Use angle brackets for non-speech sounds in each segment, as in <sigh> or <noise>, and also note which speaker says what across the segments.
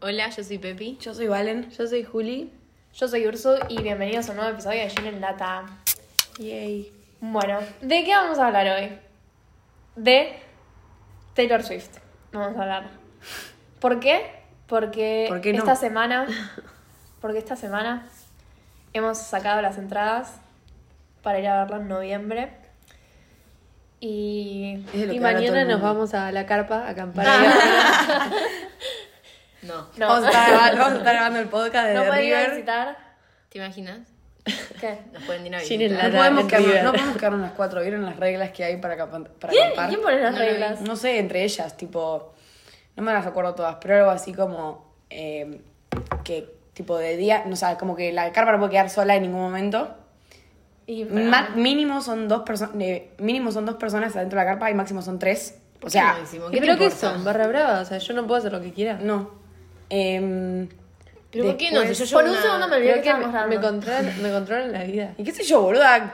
Speaker 1: Hola, yo soy Pepi.
Speaker 2: Yo soy Valen.
Speaker 3: Yo soy Juli.
Speaker 4: Yo soy Ursu y bienvenidos a un nuevo episodio de Gin en Lata.
Speaker 2: Yay.
Speaker 4: Bueno, ¿de qué vamos a hablar hoy? De Taylor Swift. Vamos a hablar. ¿Por qué? Porque
Speaker 2: ¿Por qué no?
Speaker 4: esta semana. Porque esta semana hemos sacado las entradas para ir a verla en noviembre. Y.
Speaker 2: Es de lo
Speaker 3: Y
Speaker 2: que habla todo
Speaker 3: mañana
Speaker 2: el
Speaker 3: nos
Speaker 2: mundo.
Speaker 3: vamos a la carpa a acampar.
Speaker 4: Ah.
Speaker 1: No.
Speaker 4: <laughs> No,
Speaker 2: Vamos, a <laughs> estar grabando, vamos a estar grabando el podcast de
Speaker 4: no pueden ir a
Speaker 2: River.
Speaker 4: visitar.
Speaker 1: ¿Te imaginas?
Speaker 4: ¿Qué?
Speaker 1: Nos pueden ir a
Speaker 3: Sin
Speaker 1: visitar.
Speaker 3: el-
Speaker 2: No podemos,
Speaker 3: en
Speaker 2: quedarnos,
Speaker 3: River.
Speaker 2: no podemos quedarnos las cuatro. ¿Vieron las reglas que hay para, acampan- para
Speaker 4: ¿Quién,
Speaker 2: acampar?
Speaker 4: quién pone las
Speaker 1: No lo vi.
Speaker 4: reglas?
Speaker 2: No sé, entre ellas, tipo. No me las acuerdo todas, pero algo así como. eh, que tipo de día. No, o sea, como que la carpa no puede quedar sola en ningún momento.
Speaker 4: Y-
Speaker 2: Ma- mínimo son dos personas. mínimo son dos personas adentro de la carpa y máximo son tres. O
Speaker 1: ¿Por qué
Speaker 2: sea.
Speaker 1: máximo?
Speaker 3: ¿Y
Speaker 1: ¿Qué te
Speaker 3: pero qué
Speaker 1: importa?
Speaker 3: son? ¿Barra brava? O sea, yo no puedo hacer lo que quiera.
Speaker 2: No. Em,
Speaker 1: ¿Pero por qué no? Si
Speaker 2: después-
Speaker 1: yo llevo
Speaker 4: Por un
Speaker 1: una-
Speaker 4: segundo me olvidé
Speaker 3: Creo
Speaker 4: que
Speaker 3: que me,
Speaker 4: estábamos grabando.
Speaker 3: me controlan, me controlan la vida.
Speaker 2: ¿Y qué sé yo, boluda? No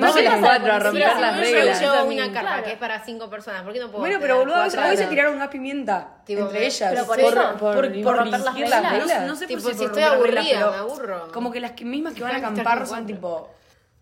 Speaker 3: Vamos
Speaker 2: sé
Speaker 3: a las
Speaker 2: las
Speaker 3: cuatro a
Speaker 2: cuatro.
Speaker 3: romper
Speaker 1: si
Speaker 3: las
Speaker 1: yo
Speaker 3: reglas.
Speaker 1: llevo
Speaker 3: Esa
Speaker 1: una
Speaker 3: es mi-
Speaker 1: carpa
Speaker 4: claro.
Speaker 1: que es para cinco personas, ¿por qué no puedo?
Speaker 2: Bueno,
Speaker 1: tener
Speaker 2: pero boluda, hoy
Speaker 1: cuatro?
Speaker 2: se
Speaker 3: Claro.
Speaker 2: tiraron una pimienta
Speaker 1: Tipo,
Speaker 2: entre ellas.
Speaker 4: pero por eso,
Speaker 3: por- por
Speaker 4: romper las
Speaker 2: seguir
Speaker 4: reglas.
Speaker 2: No sé
Speaker 1: Tipo,
Speaker 2: por
Speaker 1: si estoy
Speaker 2: por romper las
Speaker 1: aburrida,
Speaker 2: reglas,
Speaker 1: me
Speaker 2: pero
Speaker 1: aburro.
Speaker 2: Como que las que mismas que van a
Speaker 1: Tengo que
Speaker 2: acampar
Speaker 1: estar
Speaker 2: son
Speaker 1: con
Speaker 2: tipo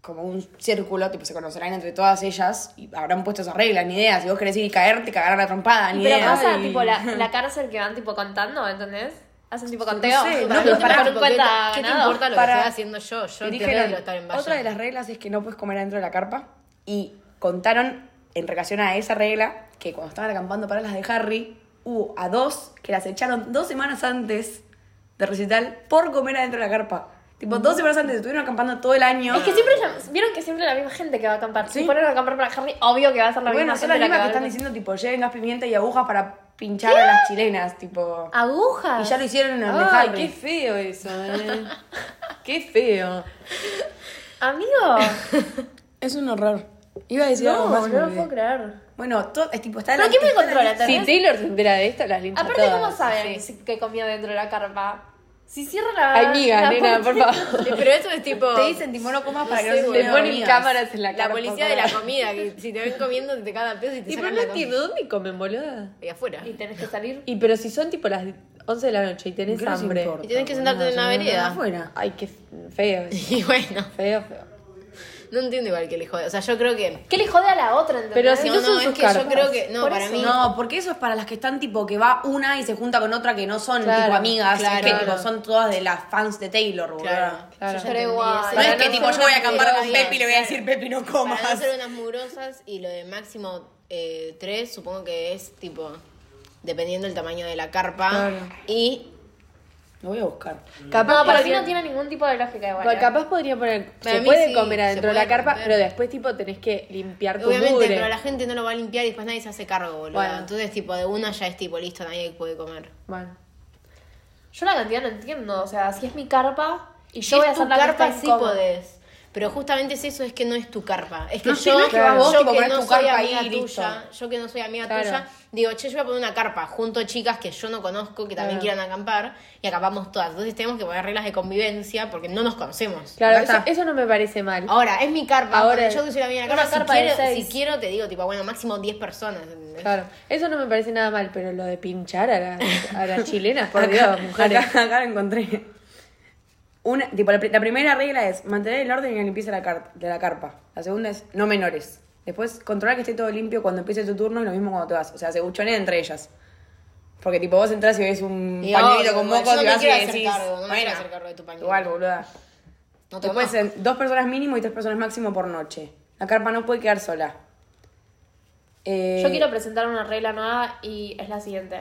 Speaker 2: como un círculo, tipo se conocerán entre todas ellas y habrán puesto esas reglas, ni idea. Si vos querés ir y caer, te cagarán la trompada, ni
Speaker 4: Pero
Speaker 2: idea.
Speaker 4: pasa
Speaker 2: Y-
Speaker 4: tipo la, la cárcel que van tipo contando, ¿entendés? Hacen tipo conteo.
Speaker 2: No sé, no,
Speaker 4: para
Speaker 2: pero
Speaker 4: para,
Speaker 2: pará,
Speaker 4: por cuenta
Speaker 1: ¿Qué te
Speaker 4: ganado.
Speaker 1: importa lo que
Speaker 2: Para-
Speaker 1: estoy haciendo yo? Yo te
Speaker 2: Y dijeron,
Speaker 1: arreglo estar en Valle.
Speaker 2: otra de las reglas es que no puedes comer adentro de la carpa. Y contaron en relación a esa regla que cuando estaban acampando para las de Harry, hubo a dos que las echaron dos semanas antes de recital por comer adentro de la carpa. Tipo, dos semanas antes estuvieron acampando todo el año.
Speaker 4: Es que siempre llam- vieron que siempre la misma gente que va a acampar. Si ponen a acampar para Harry, obvio que va a ser la
Speaker 2: bueno,
Speaker 4: misma
Speaker 2: son
Speaker 4: gente
Speaker 2: las
Speaker 4: la
Speaker 2: mismas que
Speaker 4: va a
Speaker 2: están
Speaker 4: ver.
Speaker 2: diciendo, tipo, lleven gas pimienta y agujas para pinchar a las chilenas, tipo. Y
Speaker 4: agujas.
Speaker 2: ya lo hicieron en el de
Speaker 3: Ay, qué
Speaker 2: Harry.
Speaker 3: feo eso, eh.
Speaker 2: <laughs>
Speaker 3: Qué feo.
Speaker 2: <laughs>
Speaker 4: Amigo,
Speaker 2: Es un horror. Iba a decir algo
Speaker 4: no,
Speaker 2: más. y me
Speaker 4: no lo
Speaker 2: olvidé.
Speaker 4: puedo creer.
Speaker 2: Bueno, todo, es tipo, está
Speaker 4: ¿Pero
Speaker 2: la-
Speaker 4: quién me
Speaker 2: está la-
Speaker 4: controla?
Speaker 3: Si
Speaker 4: ¿Entendés?
Speaker 3: Taylor se entera de esto, las limpa
Speaker 4: Aparte, ¿cómo
Speaker 3: todas.
Speaker 4: saben si- que comió dentro de la carpa? Si cierra la.
Speaker 3: Ay, miga,
Speaker 4: Ah, la
Speaker 3: nena,
Speaker 4: puerta-
Speaker 3: por
Speaker 1: <laughs>
Speaker 3: favor.
Speaker 1: Eh, Pero eso es tipo...
Speaker 2: <laughs> Te dicen, tipo, no comas para que no
Speaker 1: sé,
Speaker 2: se
Speaker 1: boludo.
Speaker 3: Le
Speaker 2: te
Speaker 3: ponen cámaras en la
Speaker 1: La
Speaker 3: cara.
Speaker 1: policía de la comida, que si te ven comiendo te cagan a pedos y te
Speaker 3: Y pero
Speaker 1: sacan
Speaker 3: no
Speaker 1: la comida.
Speaker 3: entiendo, ¿dónde comen, boluda?
Speaker 1: Y afuera. <laughs>
Speaker 4: Y tenés que salir.
Speaker 3: Y pero si son tipo las 11 de la noche y tenés
Speaker 2: Creo que
Speaker 3: hambre.
Speaker 2: importa,
Speaker 1: Y tenés que sentarte
Speaker 2: boluda,
Speaker 1: en una
Speaker 2: se me
Speaker 1: vereda.
Speaker 2: van afuera.
Speaker 3: Ay, qué feo. eso.
Speaker 1: Y bueno,
Speaker 3: Feo, feo.
Speaker 1: no entiendo igual que le jode. O sea, yo creo que...
Speaker 4: ¿Qué le jode a la otra, entendés?
Speaker 3: Pero si
Speaker 1: no,
Speaker 3: no son
Speaker 1: es
Speaker 3: sus
Speaker 1: que yo
Speaker 3: carpas.
Speaker 1: creo que... No,
Speaker 4: Por
Speaker 1: para
Speaker 4: eso.
Speaker 1: mí...
Speaker 2: No, porque eso es para las que están tipo que va una y se junta con otra que no son
Speaker 3: Claro,
Speaker 2: tipo amigas,
Speaker 1: claro.
Speaker 2: que tipo son todas de las fans de Taylor, boluda.
Speaker 1: Claro.
Speaker 3: Claro.
Speaker 4: Pero igual.
Speaker 2: No es
Speaker 1: Para
Speaker 2: que
Speaker 1: no
Speaker 2: tipo
Speaker 1: ser
Speaker 2: yo voy a
Speaker 1: una
Speaker 2: acampar con
Speaker 1: mierda,
Speaker 2: Pepi y le voy a decir Pepi no comas.
Speaker 1: Para no ser unas mugrosas y lo de máximo eh, tres, supongo que es tipo, dependiendo del tamaño de la carpa.
Speaker 3: Claro.
Speaker 1: Y
Speaker 2: Lo voy a buscar.
Speaker 3: Capaz
Speaker 4: No, para mí
Speaker 3: podrían-
Speaker 4: no tiene ningún tipo de lógica igual.
Speaker 3: Bueno,
Speaker 4: ¿eh?
Speaker 3: capaz podría poner.
Speaker 1: Para
Speaker 3: se
Speaker 1: mí
Speaker 3: puede
Speaker 1: sí,
Speaker 3: comer
Speaker 1: se
Speaker 3: adentro de
Speaker 1: puede
Speaker 3: la carpa,
Speaker 1: comer.
Speaker 3: pero después, tipo, tenés que limpiar tu
Speaker 1: obviamente,
Speaker 3: mugre.
Speaker 1: pero la gente no lo va a limpiar y después nadie se hace cargo, boludo.
Speaker 3: Bueno.
Speaker 1: Entonces, tipo, de una ya es tipo, listo, nadie puede comer.
Speaker 3: Bueno.
Speaker 4: Yo la cantidad no entiendo, o sea, si es mi carpa y yo
Speaker 1: Si
Speaker 4: voy a
Speaker 1: es tu
Speaker 4: hacer la
Speaker 1: carpa,
Speaker 4: vista
Speaker 1: sí
Speaker 4: incómoda.
Speaker 1: podés. Pero justamente es eso, es que no es tu carpa. Es que
Speaker 2: No,
Speaker 1: yo,
Speaker 2: sí, no es que
Speaker 3: vas
Speaker 2: vos,
Speaker 1: yo
Speaker 2: tipo,
Speaker 1: que
Speaker 2: ponés
Speaker 1: no
Speaker 2: tu
Speaker 1: soy
Speaker 2: carpa ahí
Speaker 1: amiga
Speaker 2: y listo.
Speaker 1: tuya, yo que no soy amiga
Speaker 3: Claro.
Speaker 1: tuya, digo, che, yo voy a poner una carpa junto a chicas que yo no conozco, que también
Speaker 3: Claro.
Speaker 1: quieran acampar, y acabamos todas. Entonces tenemos que poner reglas de convivencia porque no nos conocemos.
Speaker 3: Claro,
Speaker 2: Acá
Speaker 3: eso,
Speaker 2: está.
Speaker 3: eso no me parece mal.
Speaker 1: Ahora, es mi carpa.
Speaker 3: Ahora-
Speaker 1: porque yo que soy la mía de la
Speaker 4: Una
Speaker 1: carpa,
Speaker 4: carpa
Speaker 1: si,
Speaker 4: de
Speaker 1: quiero, si
Speaker 4: seis.
Speaker 1: quiero, te digo, tipo, bueno, máximo 10 personas. ¿entendés?
Speaker 3: Claro. Eso no me parece nada mal, pero lo de pinchar a las, a <laughs> las chilenas, por Dios, mujeres.
Speaker 2: Acá, acá lo encontré. Una, tipo, la, pri- la primera regla es mantener el orden y la limpieza de la, car- de la carpa. La segunda es no menores. Después, controlar que esté todo limpio cuando empiece tu turno y lo mismo cuando te vas. O sea, se buchonean entre ellas. Porque, tipo, vos entras y ves un
Speaker 1: Y
Speaker 2: pañuelito
Speaker 1: obvio,
Speaker 2: con
Speaker 1: igual,
Speaker 2: mocos
Speaker 1: yo no
Speaker 2: y
Speaker 1: me
Speaker 2: vas y
Speaker 1: quiero hacer
Speaker 2: decís...
Speaker 1: cargo, no me quiero
Speaker 2: "Bueno,
Speaker 1: hacer cargo de tu pañuelito".
Speaker 2: Igual, boluda.
Speaker 1: No te
Speaker 2: Después
Speaker 1: conozco.
Speaker 2: ser dos personas mínimo y tres personas máximo por noche. La carpa no puede quedar sola. Eh,
Speaker 4: Yo quiero presentar una regla nueva y es la siguiente.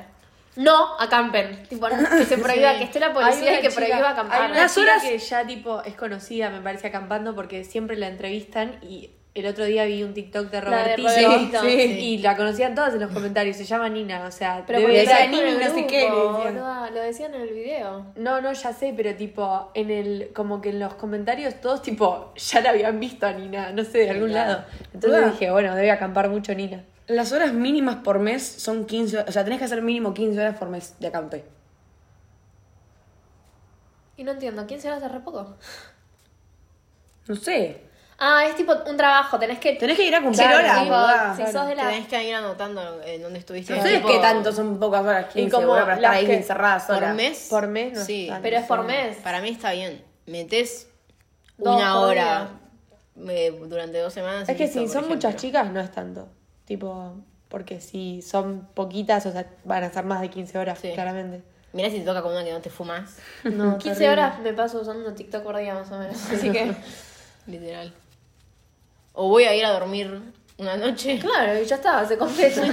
Speaker 4: No acampen. Tipo, no, que se prohíba, que esté la policía y que prohíba acampar.
Speaker 3: Hay una
Speaker 2: Las
Speaker 3: chica
Speaker 2: horas-
Speaker 3: que ya tipo es conocida, me parece, acampando porque siempre la entrevistan y el otro día vi un TikTok de
Speaker 4: La de
Speaker 3: Robertito
Speaker 4: Robertito,
Speaker 3: y- <laughs>
Speaker 2: sí.
Speaker 3: y la conocían todas en los comentarios, se llama Nina, o sea,
Speaker 4: Pero
Speaker 3: debe
Speaker 4: porque
Speaker 2: Debería
Speaker 3: ser-
Speaker 4: está
Speaker 2: ser
Speaker 4: con el
Speaker 2: niño, no sé qué,
Speaker 4: grupo,
Speaker 2: le decían.
Speaker 4: boluda, lo decían en el video.
Speaker 3: No, no, ya sé, pero tipo, en el, como que en los comentarios todos tipo, ya la habían visto a Nina, no sé, de algún lado. Entonces
Speaker 2: Boluda.
Speaker 3: dije, bueno, debe acampar mucho Nina.
Speaker 2: Las horas mínimas por mes son 15 horas. O sea, tenés que hacer mínimo 15 horas por mes de acampe.
Speaker 4: Y no entiendo, ¿quién se lo hace re poco?
Speaker 2: No sé.
Speaker 4: Ah, es tipo un trabajo, tenés que...
Speaker 2: Tenés que ir a cumplir
Speaker 4: Claro,
Speaker 2: horas,
Speaker 4: tipo,
Speaker 2: boluda.
Speaker 4: si sos de la...
Speaker 1: Tenés que ir anotando en dónde estuviste.
Speaker 2: No sé
Speaker 1: Tipo,
Speaker 2: qué tanto son pocas horas, 15
Speaker 3: como
Speaker 2: boluda, para estar
Speaker 3: las
Speaker 2: ahí
Speaker 3: que-
Speaker 2: encerrada sola.
Speaker 1: ¿Por mes?
Speaker 3: Por mes no es
Speaker 1: Sí,
Speaker 3: tanto.
Speaker 4: Pero es por mes.
Speaker 1: Para mí está bien. Metes
Speaker 4: Dos
Speaker 1: una
Speaker 4: por
Speaker 1: hora eh, durante dos semanas. y
Speaker 3: Es que
Speaker 1: listo,
Speaker 3: si
Speaker 1: por
Speaker 3: son muchas
Speaker 1: ejemplo.
Speaker 3: chicas, no es tanto. Tipo, porque si son poquitas, o sea, van a estar más de 15 horas,
Speaker 1: Sí.
Speaker 3: claramente.
Speaker 1: Mirá si te toca con una que no te fumas.
Speaker 3: No,
Speaker 4: 15 horas me paso usando TikTok por día más o menos, así que...
Speaker 1: Literal. O voy a ir a dormir una noche.
Speaker 4: Claro, y ya estaba, se completa.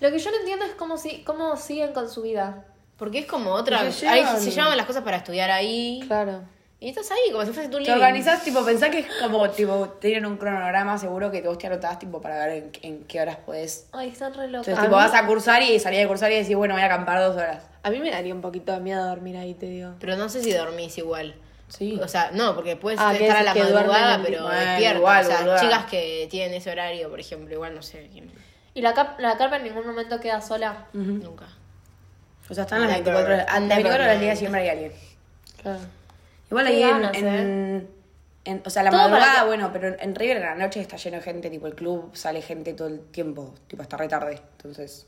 Speaker 4: Lo que yo no entiendo es cómo, si, cómo siguen con su vida.
Speaker 1: Porque es como otra.
Speaker 2: Porque
Speaker 1: ahí
Speaker 2: llevan-
Speaker 1: se llevan las cosas para estudiar ahí.
Speaker 3: Claro.
Speaker 1: Y estás ahí, como si fuese tu
Speaker 2: Te organizás, tipo, pensás que es como, tipo, tienen un cronograma seguro que vos te anotás, tipo, para ver en, en qué horas podés.
Speaker 4: Ay, están re locos.
Speaker 2: Entonces, tipo,
Speaker 3: mí-
Speaker 2: vas a cursar y salís de cursar y decís, bueno, voy a acampar dos horas.
Speaker 3: A mí me daría un poquito de miedo dormir ahí, te digo.
Speaker 1: Pero no sé si dormís igual.
Speaker 3: Sí.
Speaker 1: O sea, no, porque puedes
Speaker 3: Ah, que
Speaker 1: estar a la
Speaker 3: decís que duermen
Speaker 1: madrugada,
Speaker 3: el-
Speaker 1: pero
Speaker 2: Bueno,
Speaker 1: despierta.
Speaker 2: igual,
Speaker 1: o sea,
Speaker 2: boluda.
Speaker 1: chicas que tienen ese horario, por ejemplo, igual no sé quién.
Speaker 3: Mm.
Speaker 4: Y la, cap- la carpa en ningún momento queda sola.
Speaker 1: Nunca.
Speaker 2: O sea, están las
Speaker 1: Never.
Speaker 2: 24 horas. A las
Speaker 1: Never
Speaker 2: 24 horas del día
Speaker 1: mind.
Speaker 2: siempre hay alguien.
Speaker 3: Claro.
Speaker 2: Igual
Speaker 4: Qué
Speaker 2: ahí en,
Speaker 4: ganas,
Speaker 2: en- eh. en- O sea, la
Speaker 4: Todo para
Speaker 2: madrugada,
Speaker 4: que-
Speaker 2: bueno, pero en, en River a la noche está lleno de gente, tipo, el club sale gente todo el tiempo, tipo, hasta re tarde. Entonces,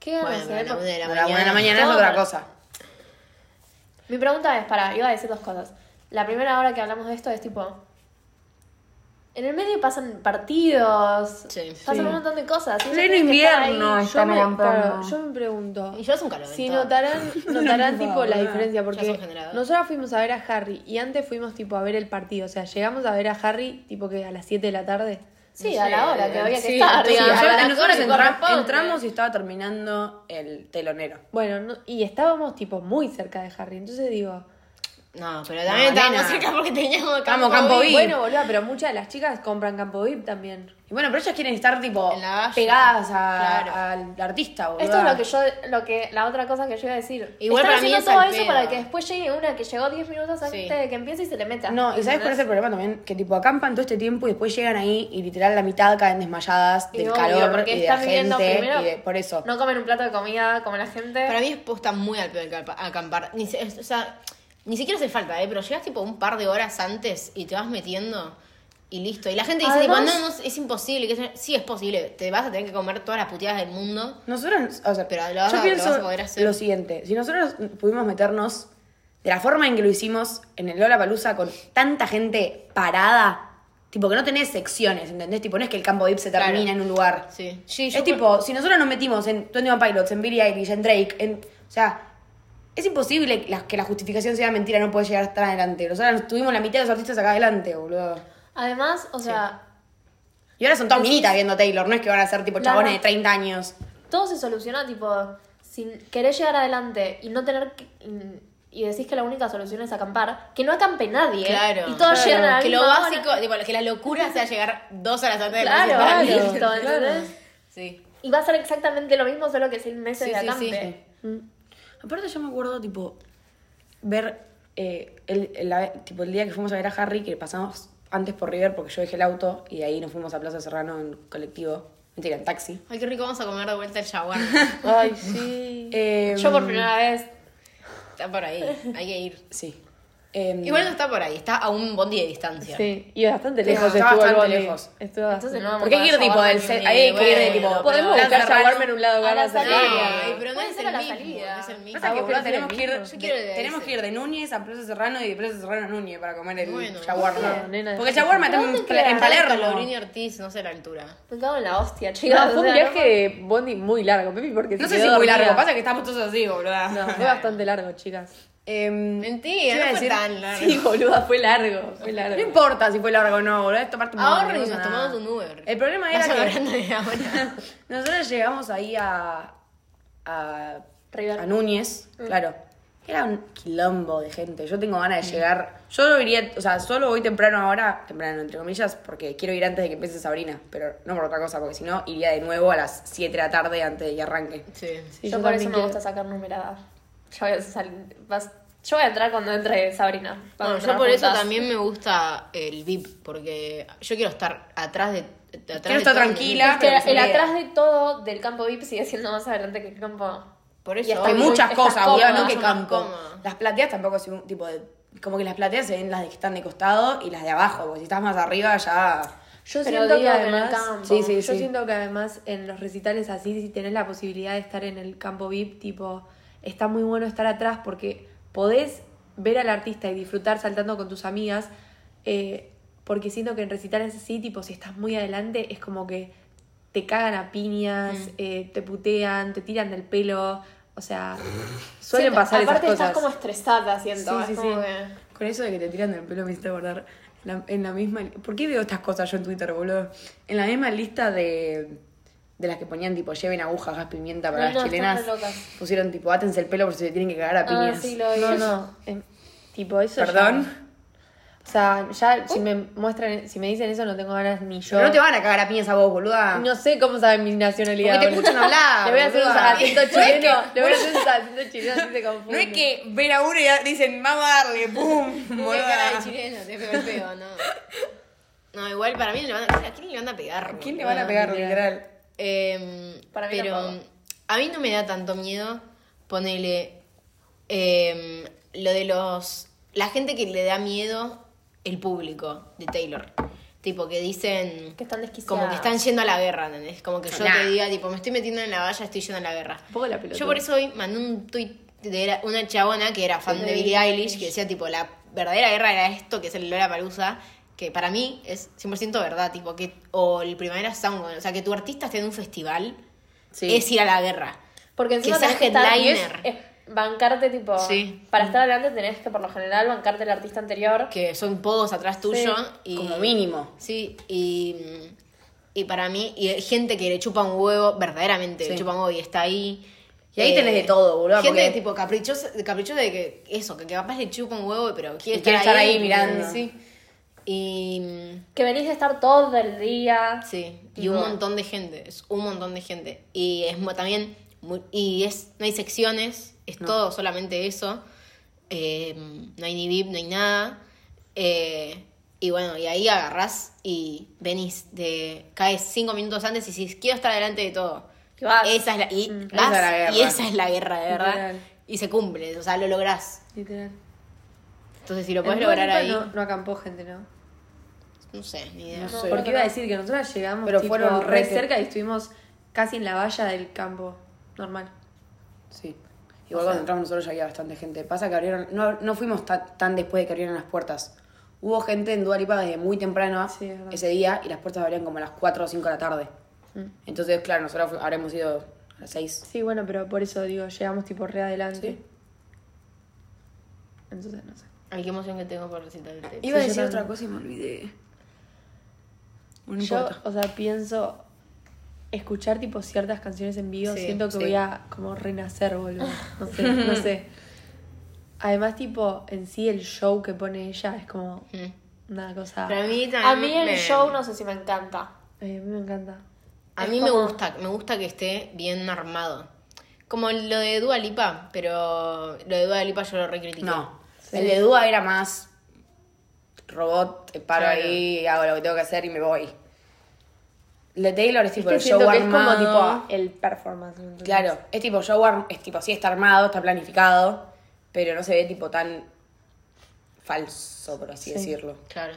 Speaker 4: ¿Qué
Speaker 1: Bueno,
Speaker 4: ganas,
Speaker 1: pero a
Speaker 4: eh?
Speaker 1: la una de la
Speaker 2: a la
Speaker 1: mañana.
Speaker 2: una de la mañana es
Speaker 4: Todo
Speaker 2: otra
Speaker 4: para-
Speaker 2: cosa.
Speaker 4: Mi pregunta es, para, iba a decir dos cosas. La primera hora que hablamos de esto es tipo... En el medio pasan partidos,
Speaker 1: Sí.
Speaker 4: pasan
Speaker 1: Sí.
Speaker 4: un montón de cosas. y ella
Speaker 2: Pleno
Speaker 4: tiene que estar ahí.
Speaker 2: invierno,
Speaker 3: Yo
Speaker 2: están
Speaker 3: me, claro,
Speaker 2: aguantando.
Speaker 3: yo me pregunto.
Speaker 1: Y yo es un calor.
Speaker 3: Si
Speaker 1: en todo.
Speaker 3: notarán, notarán
Speaker 2: No,
Speaker 3: tipo la
Speaker 2: boluda.
Speaker 3: diferencia,
Speaker 1: Ya
Speaker 3: porque
Speaker 1: sos generador.
Speaker 3: nosotros fuimos a ver a Harry y antes fuimos tipo a ver el partido, o sea, llegamos a ver a Harry tipo que a las 7 de la tarde.
Speaker 4: Sí,
Speaker 1: No
Speaker 4: a
Speaker 1: sé,
Speaker 4: la hora que había que
Speaker 1: sí,
Speaker 4: estar.
Speaker 1: sí,
Speaker 4: digamos,
Speaker 1: a
Speaker 4: a
Speaker 2: nosotros,
Speaker 4: la
Speaker 2: nosotros
Speaker 4: hora que
Speaker 2: entra-
Speaker 4: corresponde.
Speaker 2: entramos y estaba terminando el telonero.
Speaker 3: Bueno, no- y estábamos tipo muy cerca de Harry, entonces digo,
Speaker 1: No, pero también
Speaker 2: No,
Speaker 1: estábamos
Speaker 2: nena.
Speaker 1: cerca porque teníamos
Speaker 2: Estábamos Campo VIP.
Speaker 3: bueno, boludo, pero muchas de las chicas compran Campo VIP también.
Speaker 2: Y bueno, pero ellas quieren estar, tipo,
Speaker 1: En la valla.
Speaker 2: pegadas a-
Speaker 1: Claro.
Speaker 2: al artista, boludo.
Speaker 4: Esto es lo que yo, lo que, la otra cosa que yo iba a decir.
Speaker 1: Igual
Speaker 4: Están
Speaker 1: para mí
Speaker 4: haciendo
Speaker 1: es
Speaker 4: todo
Speaker 1: al
Speaker 4: eso
Speaker 1: pedo.
Speaker 4: para que después llegue una que llegó 10 minutos antes
Speaker 1: Sí.
Speaker 4: de que empiece y se le meta.
Speaker 2: No, y ¿sabes cuál es el problema también? Que tipo acampan todo este tiempo y después llegan ahí y literal la mitad caen desmayadas
Speaker 4: Y
Speaker 2: del
Speaker 4: obvio,
Speaker 2: calor
Speaker 4: porque
Speaker 2: y de la
Speaker 4: están viviendo
Speaker 2: gente
Speaker 4: primero-
Speaker 2: y de- por eso.
Speaker 4: No comen un plato de comida como la gente.
Speaker 1: Para mí es posta muy al pedo el calpa- acampar. Ni, se- o sea, ni siquiera hace falta, ¿eh? Pero llegas tipo un par de horas antes y te vas metiendo y listo. Y la gente dice,
Speaker 4: Además-
Speaker 1: tipo, no, no, es imposible. Que sea- Sí, es posible. Te vas a tener que comer todas las puteadas del mundo.
Speaker 2: Nosotros, o sea,
Speaker 1: Pero lo vas
Speaker 2: yo
Speaker 1: a- lo
Speaker 2: pienso
Speaker 1: vas a poder hacer.
Speaker 2: lo siguiente, si nosotros pudimos meternos de la forma en que lo hicimos en el Lola Palusa con tanta gente parada, tipo que no tenés secciones, ¿entendés? Tipo, no es que el campo VIP se termina
Speaker 1: Claro.
Speaker 2: en un lugar.
Speaker 1: Sí. Sí, yo
Speaker 2: es tipo, si nosotros nos metimos en 21 Pilots, en Billie Eilish, en Drake, en, o sea, es imposible que la, que la justificación sea mentira, no puede llegar tan adelante. Nosotros tuvimos la mitad de los artistas acá adelante, boludo.
Speaker 4: Además, o sea,
Speaker 2: Y ahora son todas minitas viendo Taylor, no es que van a ser tipo
Speaker 4: Claro.
Speaker 2: chabones de 30 años.
Speaker 4: todo se soluciona tipo si querés llegar adelante y no tener que- y, y decís que la única solución es acampar, que no acampe nadie.
Speaker 1: Claro.
Speaker 4: Y todos
Speaker 1: Claro.
Speaker 4: llegan a la
Speaker 1: Que lo
Speaker 4: misma hora.
Speaker 1: básico, tipo, que la locura sea llegar dos horas antes de
Speaker 4: Claro,
Speaker 1: principal.
Speaker 4: listo,
Speaker 3: claro.
Speaker 4: ¿entendés?
Speaker 1: Sí.
Speaker 4: Y va a ser exactamente lo mismo, solo que seis meses
Speaker 1: Sí,
Speaker 4: de
Speaker 1: sí,
Speaker 4: acampe.
Speaker 1: sí.
Speaker 2: Aparte yo me acuerdo, tipo, ver eh, el, el- la- tipo, el día que fuimos a ver a Harry, que pasamos antes por River porque yo dejé el auto y de ahí nos fuimos a Plaza Serrano en colectivo, mentira, en taxi.
Speaker 1: Ay, qué rico, vamos a comer de vuelta el jaguar.
Speaker 4: <laughs>
Speaker 3: <laughs> Ay, sí.
Speaker 2: Eh,
Speaker 4: Yo por primera vez
Speaker 1: está por ahí, hay que ir.
Speaker 2: Sí. Eh,
Speaker 1: Igual no está por ahí, está a un bondi de distancia.
Speaker 3: Sí, y bastante
Speaker 2: Sí,
Speaker 3: lejos
Speaker 2: está
Speaker 3: estuvo el
Speaker 2: bastante
Speaker 3: bondi.
Speaker 2: lejos.
Speaker 3: Estuvo bastante-
Speaker 4: Entonces no vamos
Speaker 3: <laughs>
Speaker 2: porque
Speaker 4: a
Speaker 2: hay que ir tipo
Speaker 4: Shawarma
Speaker 2: del
Speaker 1: ni
Speaker 2: ce-
Speaker 1: ni
Speaker 2: hay que ir de
Speaker 1: bueno,
Speaker 2: tipo.
Speaker 3: Podemos
Speaker 2: Plaza
Speaker 3: buscar
Speaker 2: Serrano.
Speaker 3: shawarma en un lado
Speaker 4: A la
Speaker 3: garra
Speaker 1: No,
Speaker 4: salida.
Speaker 1: ay, pero no
Speaker 4: Puede
Speaker 1: es
Speaker 4: ser
Speaker 1: el,
Speaker 4: a la
Speaker 1: mismo,
Speaker 4: salida.
Speaker 1: no es el mismo.
Speaker 2: Pasa que,
Speaker 3: vos
Speaker 2: boludo,
Speaker 3: querés
Speaker 2: tenemos que, ir,
Speaker 3: el mismo?
Speaker 1: Yo quiero de
Speaker 2: tenemos
Speaker 1: ese.
Speaker 2: que ir de Núñez a Plaza Serrano y de Plaza Serrano a Núñez para comer el
Speaker 1: Bueno,
Speaker 2: shawarma.
Speaker 3: no, nena,
Speaker 2: Porque el
Speaker 3: dejate.
Speaker 2: shawarma está en,
Speaker 4: ¿Dónde
Speaker 2: Pla- en
Speaker 4: queda?
Speaker 1: Calorini
Speaker 2: Palermo.
Speaker 1: Ortiz, no sé la altura.
Speaker 4: Me cago en la hostia, chicos.
Speaker 3: No, fue un
Speaker 4: o sea, no-
Speaker 3: viaje de bondi muy largo, Pepi, porque
Speaker 2: No
Speaker 3: se
Speaker 2: sé si
Speaker 3: quedó
Speaker 2: muy largo,
Speaker 3: dormida.
Speaker 2: pasa que estamos todos así, boludo.
Speaker 3: No, fue bastante largo, chicas.
Speaker 2: Em,
Speaker 1: Mentira, no fue tan largo.
Speaker 3: Sí, boluda, fue largo, fue
Speaker 2: No
Speaker 3: largo.
Speaker 2: importa si fue largo o no, boludo, es tomarte un
Speaker 1: Ahorro y
Speaker 2: bondi, no
Speaker 1: nos
Speaker 2: pasa nada.
Speaker 1: tomamos un Uber.
Speaker 2: El problema
Speaker 1: Vas
Speaker 2: era que
Speaker 1: hablando de ahora.
Speaker 2: <laughs> nosotros llegamos ahí a. a.
Speaker 4: River.
Speaker 2: a Núñez,
Speaker 1: Mm.
Speaker 2: claro. Era un quilombo de gente. Yo tengo ganas
Speaker 1: Mm.
Speaker 2: de llegar. Yo no iría, o sea, solo voy temprano ahora, temprano entre comillas, porque quiero ir antes de que empiece Sabrina, pero no por otra cosa, porque si no iría de nuevo a las 7 de la tarde antes de que arranque.
Speaker 1: Sí.
Speaker 3: Sí, yo
Speaker 4: yo, por
Speaker 3: también
Speaker 4: eso me
Speaker 3: quiero.
Speaker 4: gusta sacar numerada. Yo voy a salir. vas- yo voy a entrar cuando entre Sabrina. Vamos a
Speaker 1: Bueno, yo
Speaker 4: entrar
Speaker 1: por eso
Speaker 4: juntas.
Speaker 1: también me gusta el VIP, porque yo quiero estar atrás de. Atrás
Speaker 2: Quiero
Speaker 1: de
Speaker 2: estar
Speaker 1: todo el
Speaker 2: tranquila.
Speaker 1: mundo.
Speaker 4: Es que
Speaker 2: pero se
Speaker 4: el
Speaker 2: me queda.
Speaker 4: atrás de todo del campo VIP sigue siendo más adelante que el campo.
Speaker 1: Por
Speaker 4: Y
Speaker 1: eso.
Speaker 4: hasta
Speaker 2: Hay
Speaker 4: muy-
Speaker 2: muchas
Speaker 4: estás
Speaker 2: cosas,
Speaker 4: cómoda,
Speaker 2: boludo, no que
Speaker 1: estás
Speaker 2: campo.
Speaker 1: cómoda.
Speaker 2: Las plateas tampoco es un tipo de como que las plateas se ven las que están de costado y las de abajo, porque si estás más arriba ya...
Speaker 3: Yo
Speaker 4: Pero
Speaker 3: siento que
Speaker 4: digo que en el
Speaker 3: además,
Speaker 4: campo.
Speaker 2: Sí, sí,
Speaker 3: yo
Speaker 2: sí.
Speaker 3: siento que además en los recitales así, si tenés la posibilidad de estar en el campo VIP, tipo, está muy bueno estar atrás porque podés ver al artista y disfrutar saltando con tus amigas, eh, porque siento que en recitales así, tipo, si estás muy adelante, es como que te cagan a piñas, eh, te putean, te tiran del pelo, o sea, suelen
Speaker 4: Siento-
Speaker 3: pasar esas
Speaker 4: Aparte
Speaker 3: cosas.
Speaker 4: estás como estresada, siento.
Speaker 2: Sí,
Speaker 4: es
Speaker 2: sí,
Speaker 4: como
Speaker 2: sí.
Speaker 4: que-
Speaker 2: Con eso de que te tiran del pelo me hiciste acordar en la, en la misma... ¿Por qué veo estas cosas yo en Twitter, boludo? En la misma lista de, de las que ponían tipo lleven agujas, gas, pimienta para
Speaker 4: No,
Speaker 2: las
Speaker 4: no, están
Speaker 2: chilenas.
Speaker 4: re locas.
Speaker 2: Pusieron tipo átense el pelo por si se tienen que cagar a
Speaker 4: Ah,
Speaker 2: piñas.
Speaker 4: sí, lo vi.
Speaker 3: No,
Speaker 2: <laughs>
Speaker 3: no. em, tipo, eso. ya-
Speaker 2: Perdón. Uh.
Speaker 3: o sea, ya si me muestran, si me dicen eso, no tengo ganas ni yo.
Speaker 2: Pero no te van a cagar a piñas a vos, boluda.
Speaker 3: No sé cómo saben mi nacionalidad.
Speaker 2: Porque te
Speaker 3: boludo. <laughs>
Speaker 2: escuchan hablar,
Speaker 3: Le voy a hacer un
Speaker 2: boluda.
Speaker 3: acento
Speaker 2: No es
Speaker 3: chileno.
Speaker 2: que-
Speaker 3: Le voy a hacer un acento chileno si te confunden.
Speaker 2: No es que Eh, ven a uno y ya dicen, vamos a darle, pum, <laughs>
Speaker 1: Muy cara de
Speaker 2: boluda.
Speaker 1: chileno, te pego el peo, no. No, igual para mí le van a, ¿a quién le van a pegar?
Speaker 2: ¿Quién le
Speaker 1: boludo?
Speaker 2: van a pegar, Ah, literal?
Speaker 1: Eh,
Speaker 4: Para mí
Speaker 1: pero
Speaker 4: tampoco.
Speaker 1: a mí no me da tanto miedo ponerle eh, lo de los... La gente que le da miedo, el público de Taylor. Tipo, que dicen...
Speaker 4: Que están desquiciadas.
Speaker 1: Como que están yendo a la guerra, ¿entendés? Como que yo
Speaker 2: Nah.
Speaker 1: te diga, tipo, me estoy metiendo en la valla, estoy yendo a la guerra.
Speaker 3: Un poco la pelota.
Speaker 1: Yo por eso hoy mandé un tweet de era- una chabona que era fan de Billie Eilish que decía tipo la verdadera guerra era esto que es el Lola Palusa que para mí es 100% verdad, tipo que o el Primavera Sound, o sea, que tu artista esté en un festival
Speaker 2: Sí.
Speaker 1: es ir a la guerra.
Speaker 4: Porque encima
Speaker 1: que seas
Speaker 4: tenés que estar- y es-
Speaker 1: headliner.
Speaker 4: es bancarte, tipo.
Speaker 1: Sí.
Speaker 4: Para estar adelante tenés que, por lo general, bancarte el artista anterior.
Speaker 1: que son pocos atrás tuyo y
Speaker 2: Como mínimo.
Speaker 1: Sí, y, y para mí, y hay gente que le chupa un huevo, verdaderamente le
Speaker 2: Sí.
Speaker 1: chupa un huevo y está ahí. eh,
Speaker 2: Y ahí tenés de todo, boluda,
Speaker 1: Gente
Speaker 2: porque-
Speaker 1: tipo caprichosa, caprichosa de que eso, que capaz le chupa un huevo, pero quiere,
Speaker 2: Y quiere estar ahí
Speaker 1: y-
Speaker 2: mirando.
Speaker 1: Sí. Y
Speaker 4: Que venís de estar todo el día.
Speaker 1: Sí, y
Speaker 4: Tipo-
Speaker 1: un montón de gente, es un montón de gente. Y es mo- también, mu- y es, no hay secciones, es todo solamente eso. Eh, no hay ni VIP, no hay nada. Eh, y bueno, y ahí agarrás y venís, de, caes cinco minutos antes y dices, quiero estar delante de todo.
Speaker 4: Que vas.
Speaker 1: Esa es la, y,
Speaker 2: esa
Speaker 1: vas,
Speaker 2: es la guerra.
Speaker 1: y esa es la guerra, de verdad.
Speaker 3: Literal.
Speaker 1: Y se cumple, o sea, lo lográs.
Speaker 3: Literal.
Speaker 1: Entonces, si lo
Speaker 3: En
Speaker 1: podés
Speaker 3: Dua
Speaker 1: lograr
Speaker 3: Lipa
Speaker 1: ahí,
Speaker 3: No,
Speaker 1: no,
Speaker 3: no acampó gente, ¿no?
Speaker 1: sé, ni idea.
Speaker 2: No sé.
Speaker 3: Porque iba a decir que nosotros llegamos
Speaker 2: Pero
Speaker 3: tipo,
Speaker 2: fueron
Speaker 3: re
Speaker 2: re-
Speaker 3: cerca y estuvimos casi en la valla del campo normal.
Speaker 2: Sí. Igual cuando entramos nosotros ya había bastante gente. Pasa que abrieron, no, no fuimos ta- tan después de que abrieron las puertas. Hubo gente en Dualipa desde muy temprano
Speaker 3: Sí, es verdad. Mm.
Speaker 2: ese día y las puertas abrían como a las 4 o 5 de la tarde. Entonces, claro, nosotros fu- habremos ido a las 6.
Speaker 3: Sí, bueno, pero por eso digo, llegamos tipo re adelante. Entonces, no sé.
Speaker 1: Ay, qué emoción que tengo por recitar el texto.
Speaker 3: Iba a decir otra
Speaker 2: cosa y me olvidé. No
Speaker 3: Yo,
Speaker 2: importa.
Speaker 3: o sea, pienso escuchar tipo ciertas canciones en vivo,
Speaker 1: Sí,
Speaker 3: siento que
Speaker 2: sí.
Speaker 3: voy a como renacer, boludo. No sé, no sé. Además, tipo, en sí el show que pone ella es como
Speaker 1: Mm.
Speaker 3: una cosa.
Speaker 1: Pero a mí también
Speaker 4: A mí el
Speaker 1: me-
Speaker 4: show no sé si me encanta.
Speaker 3: Ay, a mí me encanta.
Speaker 1: A
Speaker 4: Es
Speaker 1: mí me
Speaker 4: como-
Speaker 1: gusta, me gusta que esté bien armado. Como lo de Dua Lipa, pero lo de Dua Lipa yo lo recritiqué.
Speaker 2: No. El de Dúa era más robot, te paro
Speaker 1: Claro.
Speaker 2: ahí, hago lo que tengo que hacer y me voy. El de Taylor es
Speaker 3: Es
Speaker 2: tipo
Speaker 3: que
Speaker 2: el show
Speaker 3: siento que es como
Speaker 2: armado.
Speaker 3: tipo el performance. ¿me entendés?
Speaker 2: Claro, es tipo show, arm- es tipo, sí está armado, está planificado, pero no se ve tipo tan falso, por así decirlo.
Speaker 1: Claro.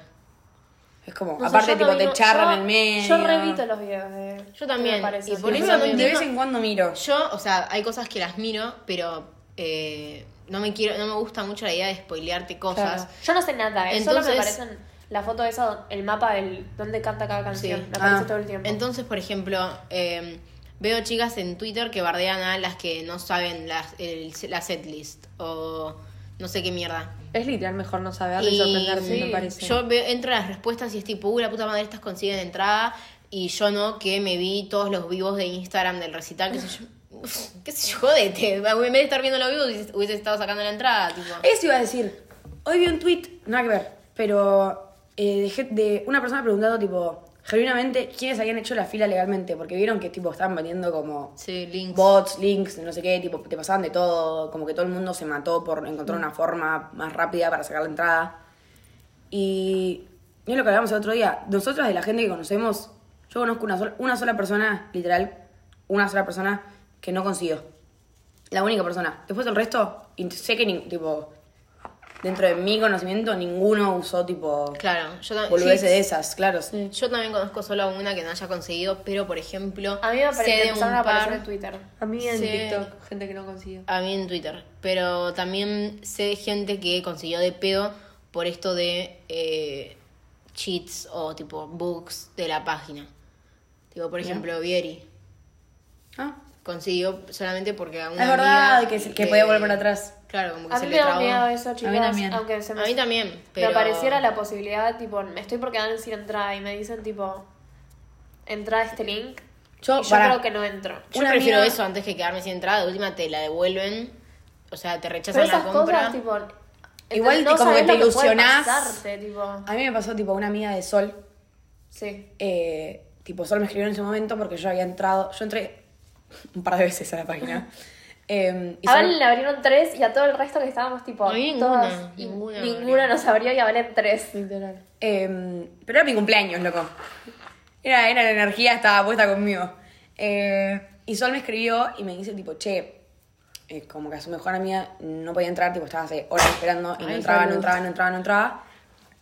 Speaker 2: Es como,
Speaker 4: No sé,
Speaker 2: aparte
Speaker 4: yo no
Speaker 2: tipo
Speaker 4: vi-
Speaker 2: te
Speaker 4: no-
Speaker 2: charran
Speaker 4: yo-
Speaker 2: en el medio.
Speaker 4: Yo revito los videos de.
Speaker 1: Yo también,
Speaker 4: me parece,
Speaker 1: y por
Speaker 4: sí.
Speaker 1: eso
Speaker 2: Yo
Speaker 1: no
Speaker 2: también de
Speaker 1: entiendo.
Speaker 2: vez en cuando miro.
Speaker 1: Yo, o sea, hay cosas que las miro, pero eh, no me quiero, no me gusta mucho la idea de spoilearte cosas.
Speaker 4: Yo no sé nada, eh. solo me
Speaker 1: Entonces-
Speaker 4: parecen la foto esa, don- el mapa del donde canta cada canción.
Speaker 1: Sí.
Speaker 4: Me aparece
Speaker 2: Ah.
Speaker 4: todo el tiempo.
Speaker 1: Entonces, por ejemplo, eh, veo chicas en Twitter que bardean a las que no saben las, el- la setlist o no sé qué mierda.
Speaker 3: Es literal mejor no saberlo y,
Speaker 1: Y
Speaker 3: sorprenderse,
Speaker 1: sí,
Speaker 3: me parece.
Speaker 1: Yo veo- entro a las respuestas y es tipo, uy, la puta madre, estas consiguen entrada. Y yo no, que me vi todos los vivos de Instagram del recital, qué sé yo. Uf, qué sé yo, jódete. En vez de estar viendo los vivos, hubiese- hubiese estado sacando la entrada, tipo.
Speaker 2: Eso iba a decir. Hoy vi un tweet, nada que ver, pero eh, dejé de una persona preguntando tipo, genuinamente, quiénes habían hecho la fila legalmente, porque vieron que tipo estaban vendiendo como
Speaker 1: Sí, links.
Speaker 2: bots, links, no sé qué, tipo, te pasaban de todo, como que todo el mundo se mató por encontrar una forma más rápida para sacar la entrada. Y es lo que hablamos el otro día, nosotros de la gente que conocemos, yo conozco una sola, una sola persona, literal, una sola persona que no consiguió. La única persona. Después el resto, y sé que ni- tipo, dentro de mi conocimiento, ninguno usó tipo
Speaker 1: Claro, yo también.
Speaker 2: boludeces de esas, claro.
Speaker 1: Yo también conozco solo a una que no haya conseguido, pero por ejemplo,
Speaker 4: A mí me
Speaker 1: sé
Speaker 4: apare-
Speaker 1: de
Speaker 4: me empezaron
Speaker 1: un
Speaker 4: a aparecer
Speaker 1: par-
Speaker 4: en Twitter.
Speaker 3: A mí en
Speaker 1: Sí.
Speaker 3: TikTok, gente que no consiguió.
Speaker 1: A mí en Twitter. Pero también sé de gente que consiguió de pedo por esto de eh, cheats o tipo bugs de la página. Tipo, por ejemplo, Vieri
Speaker 2: Ah,
Speaker 1: consiguió solamente porque a una
Speaker 2: Es verdad,
Speaker 1: amiga
Speaker 2: que se- que
Speaker 1: le-
Speaker 2: podía volver atrás.
Speaker 1: Claro, como que
Speaker 4: A
Speaker 1: se
Speaker 4: mí
Speaker 1: le
Speaker 4: me da
Speaker 1: trabó.
Speaker 4: miedo eso, chicas.
Speaker 2: también.
Speaker 4: Aunque se me,
Speaker 1: A mí también,
Speaker 4: me
Speaker 1: pero...
Speaker 4: apareciera la posibilidad, tipo, me estoy por quedar sin entrada y me dicen, tipo, entra a este link.
Speaker 2: Yo,
Speaker 4: y yo
Speaker 2: pará.
Speaker 4: creo que no entro.
Speaker 1: Yo
Speaker 2: Una
Speaker 1: prefiero
Speaker 2: amiga-
Speaker 1: eso antes que quedarme sin entrada. De última te la devuelven, o sea, te
Speaker 4: Pero
Speaker 1: rechazan
Speaker 4: esas
Speaker 1: la compra.
Speaker 4: cosas, tipo,
Speaker 2: Igual
Speaker 4: entendés,
Speaker 2: te- como
Speaker 4: sabés
Speaker 2: que te
Speaker 4: lo puede
Speaker 2: ilusionás.
Speaker 4: pasarte, tipo,
Speaker 2: A mí me pasó tipo una amiga de Sol,
Speaker 4: sí.
Speaker 2: eh, tipo Sol me escribió en ese momento porque yo había entrado, yo entré un par de veces a la página. Eh, y
Speaker 4: A
Speaker 2: Sol-
Speaker 4: Valen le abrieron tres y a todo el resto que estábamos, tipo,
Speaker 1: A mí ninguna,
Speaker 4: todas,
Speaker 1: ninguna
Speaker 4: ninguna,
Speaker 1: me abrió.
Speaker 4: nos abrió y a Valen tres.
Speaker 3: Literal.
Speaker 2: Eh, pero era mi cumpleaños, loco. Era, era la energía, estaba puesta conmigo. Eh, y Sol me escribió y me dice, tipo, che, eh, como que a su mejor amiga no podía entrar, tipo, estaba hace horas esperando y no
Speaker 3: Ay,
Speaker 2: entraba, no
Speaker 3: salud.
Speaker 2: entraba, no entraba, no entraba.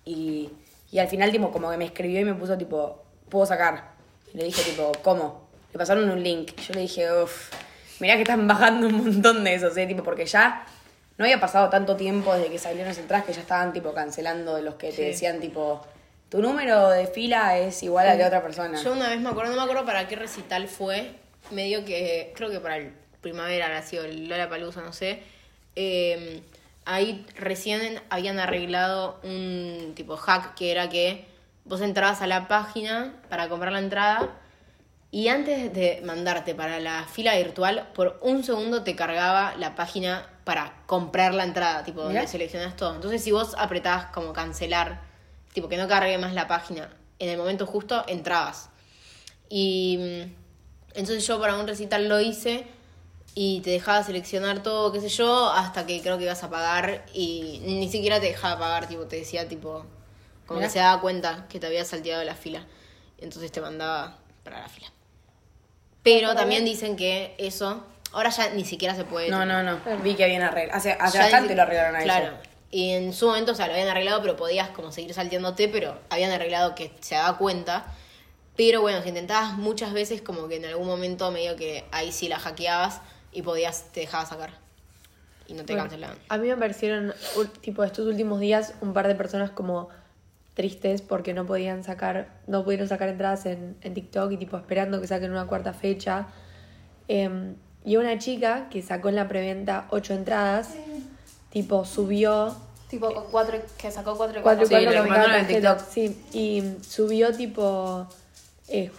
Speaker 2: Y, y al final, tipo, como que me escribió y me puso, tipo, ¿puedo sacar? Y le dije, tipo, ¿cómo? Le pasaron un link. Yo le dije, uff, mirá que están <laughs> bajando un montón de esos, ¿eh? Tipo, porque ya no había pasado tanto tiempo desde que salieron esas entradas que ya estaban, tipo, cancelando de los que te decían, tipo, tu número de fila es igual al de otra persona.
Speaker 1: Yo una vez me acuerdo, no me acuerdo para qué recital fue, medio que, creo que para el primavera habrá sido el Lola Palusa, no sé. Eh, ahí recién habían arreglado un tipo hack que era que vos entrabas a la página para comprar la entrada y antes de mandarte para la fila virtual, por un segundo te cargaba la página para comprar la entrada, tipo, donde
Speaker 2: Mirá.
Speaker 1: seleccionas todo. Entonces, si vos apretabas como cancelar, tipo, que no cargue más la página, en el momento justo entrabas. Y mm, entonces yo para un recital lo hice y te dejaba seleccionar todo, qué sé yo, hasta que creo que ibas a pagar y ni siquiera te dejaba pagar, tipo, te decía, tipo, como
Speaker 2: Mirá.
Speaker 1: que se daba cuenta que te había salteado la fila. Entonces te mandaba para la fila. Pero también dicen que eso, ahora ya ni siquiera se puede.
Speaker 2: No,
Speaker 1: tipo,
Speaker 2: no, no. Vi que habían arreglado. Hace, hace
Speaker 1: ya
Speaker 2: bastante
Speaker 1: dice-
Speaker 2: lo arreglaron a eso.
Speaker 1: Claro. Y en su momento, o sea, lo habían arreglado, pero podías como seguir salteándote, pero habían arreglado que se daba cuenta. Pero bueno, si intentabas muchas veces, como que en algún momento medio que ahí sí la hackeabas y podías, te dejabas sacar. Y no te
Speaker 3: Bueno,
Speaker 1: cancelaban.
Speaker 3: A mí me parecieron, ul- tipo, estos últimos días, un par de personas como tristes porque no podían sacar, no pudieron sacar entradas en, en TikTok y tipo esperando que saquen una cuarta fecha. Em, y una chica que sacó en la preventa ocho entradas, tipo, subió
Speaker 4: Tipo, con cuatro, que sacó cuatro y
Speaker 3: cuatro
Speaker 4: cuatro.
Speaker 2: Sí,
Speaker 3: y cuatro
Speaker 2: lo
Speaker 3: con
Speaker 2: mandaron
Speaker 3: cada
Speaker 2: en
Speaker 3: tarjeta.
Speaker 2: TikTok.
Speaker 3: Sí, y subió tipo eh,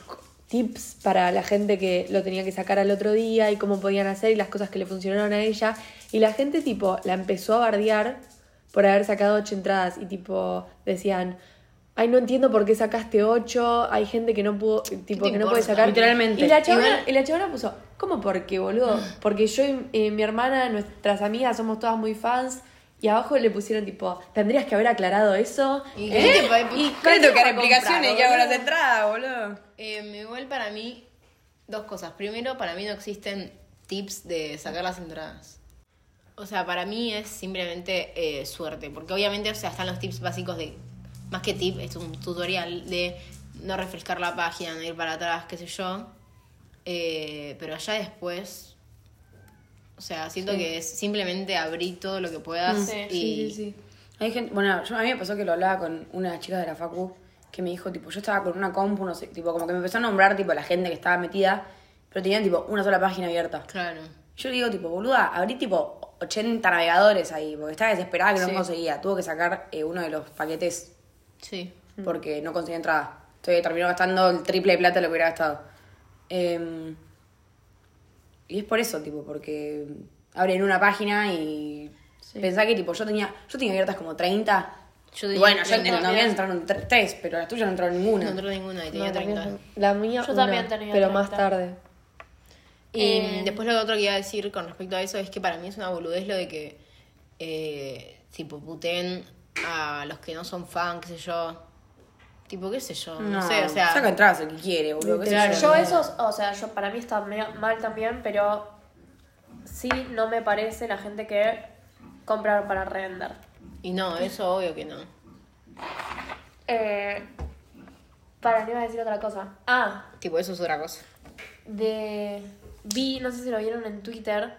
Speaker 3: tips para la gente que lo tenía que sacar al otro día y cómo podían hacer y las cosas que le funcionaron a ella. Y la gente tipo la empezó a bardear por haber sacado ocho entradas y tipo decían... Ay, no entiendo por qué sacaste ocho. Hay gente que no pudo, tipo,
Speaker 1: te
Speaker 3: que no puede
Speaker 1: importa?
Speaker 3: sacar.
Speaker 2: Literalmente.
Speaker 3: Y la chabona,
Speaker 1: Igual-
Speaker 3: y la chabona puso, ¿cómo por qué, boludo? Porque yo y eh, mi hermana, nuestras amigas, somos todas muy fans. Y abajo le pusieron tipo, tendrías que haber aclarado eso.
Speaker 1: Y-
Speaker 3: ¿Eh?
Speaker 1: ¿Qué te pa-
Speaker 3: ¿Y
Speaker 2: ¿Qué le
Speaker 3: qué
Speaker 2: tengo que
Speaker 3: vas
Speaker 2: dar
Speaker 3: a
Speaker 2: explicaciones?
Speaker 3: comprar,
Speaker 2: ¿Qué hago
Speaker 3: boludo?
Speaker 2: las entradas, boludo?
Speaker 1: Eh, igual para mí, dos cosas. Primero, para mí no existen tips de sacar las entradas. O sea, para mí es simplemente eh, suerte. Porque obviamente, o sea, están los tips básicos de. Más que tip, es un tutorial de no refrescar la página, no ir para atrás, qué sé yo. Eh, pero allá después. O sea, siento que es simplemente abrir todo lo que puedas.
Speaker 4: Sí,
Speaker 1: y,
Speaker 3: Mm. Sí, sí, sí.
Speaker 2: Hay gente, bueno, yo- a mí me pasó que lo hablaba con una chica de la facu que me dijo, tipo, yo estaba con una compu, no sé, tipo, como que me empezó a nombrar, tipo, la gente que estaba metida, pero tenían, tipo, una sola página abierta.
Speaker 1: Claro.
Speaker 2: Yo le digo, tipo, boluda, abrí, tipo, 80 navegadores ahí, porque estaba desesperada que no conseguía. Tuvo que sacar eh, uno de los paquetes
Speaker 1: Sí.
Speaker 2: porque no conseguía entrada. Entonces terminó gastando el triple de plata de lo que hubiera gastado. Em, y es por eso, tipo, porque abren una página y pensá que, tipo, yo tenía, yo tenía abiertas como 30.
Speaker 1: Yo tenía
Speaker 2: bueno, yo
Speaker 1: 30
Speaker 2: en las mías entraron tre- tres, pero las tuyas no entraron ninguna.
Speaker 1: No entró ninguna y tenía
Speaker 3: No,
Speaker 1: 30.
Speaker 3: también- La mía,
Speaker 4: Yo
Speaker 3: una,
Speaker 4: también tenía
Speaker 3: pero más
Speaker 4: 30.
Speaker 3: tarde.
Speaker 1: Y mm, después lo otro que iba a decir con respecto a eso es que para mí es una boludez lo de que eh, tipo puteen a los que no son fan, qué sé yo. Tipo, qué sé yo, no, sé, o sea.
Speaker 2: Saca entradas el que quiere, boludo. qué sé
Speaker 1: Literal.
Speaker 2: yo.
Speaker 4: Yo esos, o sea, yo para mí está medio mal también, pero sí no me parece la gente que compra para revender.
Speaker 1: Y no, eso obvio que no.
Speaker 4: Eh, para, no iba a decir otra cosa. Ah,
Speaker 1: Tipo, eso es otra cosa.
Speaker 4: de vi, no sé si lo vieron en Twitter,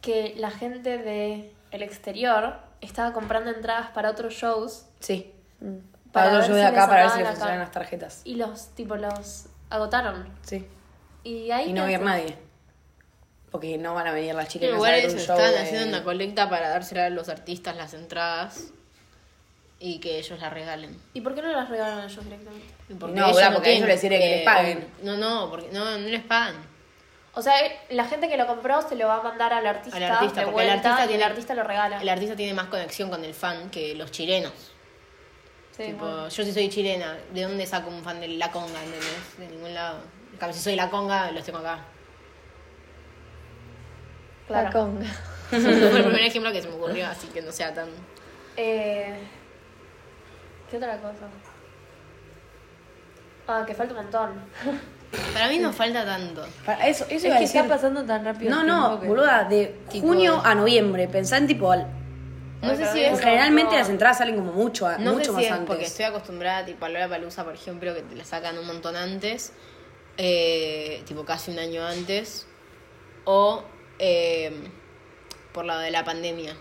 Speaker 4: que la gente de el exterior estaba comprando entradas para otros shows
Speaker 2: Sí.
Speaker 4: Para
Speaker 2: Para,
Speaker 4: ver
Speaker 2: otro yo de
Speaker 4: si les
Speaker 2: acá para ver si
Speaker 4: sacaban
Speaker 2: le
Speaker 4: acá.
Speaker 2: funcionan las tarjetas.
Speaker 4: y los tipo los agotaron.
Speaker 2: Sí.
Speaker 4: Y ahí
Speaker 2: Y no va a ir
Speaker 4: quedaste-
Speaker 2: nadie. Porque no van a venir las chicas
Speaker 1: Igual
Speaker 2: a ver
Speaker 1: eso,
Speaker 2: un show.
Speaker 1: están
Speaker 2: de-
Speaker 1: haciendo una colecta para dársela a los artistas las entradas y que ellos las regalen.
Speaker 4: ¿Y por qué no las regalan a ellos directamente?
Speaker 1: Y
Speaker 2: No, boluda, porque a
Speaker 1: tienen
Speaker 2: ellos les sirve que les paguen.
Speaker 1: No, no, porque no, no les pagan.
Speaker 4: O sea, eh, la gente que lo compró se lo va a mandar al artista,
Speaker 1: Al artista,
Speaker 4: de
Speaker 1: porque el
Speaker 4: vuelta
Speaker 1: artista
Speaker 4: y el
Speaker 1: tiene-
Speaker 4: artista lo regala.
Speaker 1: El artista tiene más conexión con el fan que los chilenos.
Speaker 4: Sí,
Speaker 1: tipo,
Speaker 4: bueno.
Speaker 1: yo si soy chilena, ¿de dónde saco un fan de la conga? ¿Entendés? De ningún lado. En cambio, si soy la conga, los tengo
Speaker 2: <laughs>
Speaker 1: acá.
Speaker 4: Claro.
Speaker 1: ah,
Speaker 3: La conga.
Speaker 1: Fue el primer ejemplo que se me ocurrió, así que no sea tan.
Speaker 4: Eh, ¿Qué otra cosa? Ah, que falta un montón. <laughs>
Speaker 1: Para mí no falta tanto.
Speaker 2: Para eso, eso
Speaker 3: Es que
Speaker 2: iba a decir.
Speaker 3: está pasando tan rápido.
Speaker 2: No,
Speaker 3: el
Speaker 2: no,
Speaker 3: tiempo que-
Speaker 2: boluda, de
Speaker 1: Tipo-
Speaker 2: junio a noviembre. Pensá en tipo. al-
Speaker 1: No sé
Speaker 4: Ay,
Speaker 1: si
Speaker 4: pero
Speaker 1: es.
Speaker 4: no.
Speaker 2: Generalmente las entradas salen como mucho, a-
Speaker 1: No
Speaker 2: mucho
Speaker 1: sé
Speaker 2: más
Speaker 1: si es
Speaker 2: antes.
Speaker 1: porque estoy acostumbrada tipo, a la Palusa, por ejemplo, que te la sacan un montón antes, eh, tipo casi un año antes, o eh, por lo de la pandemia.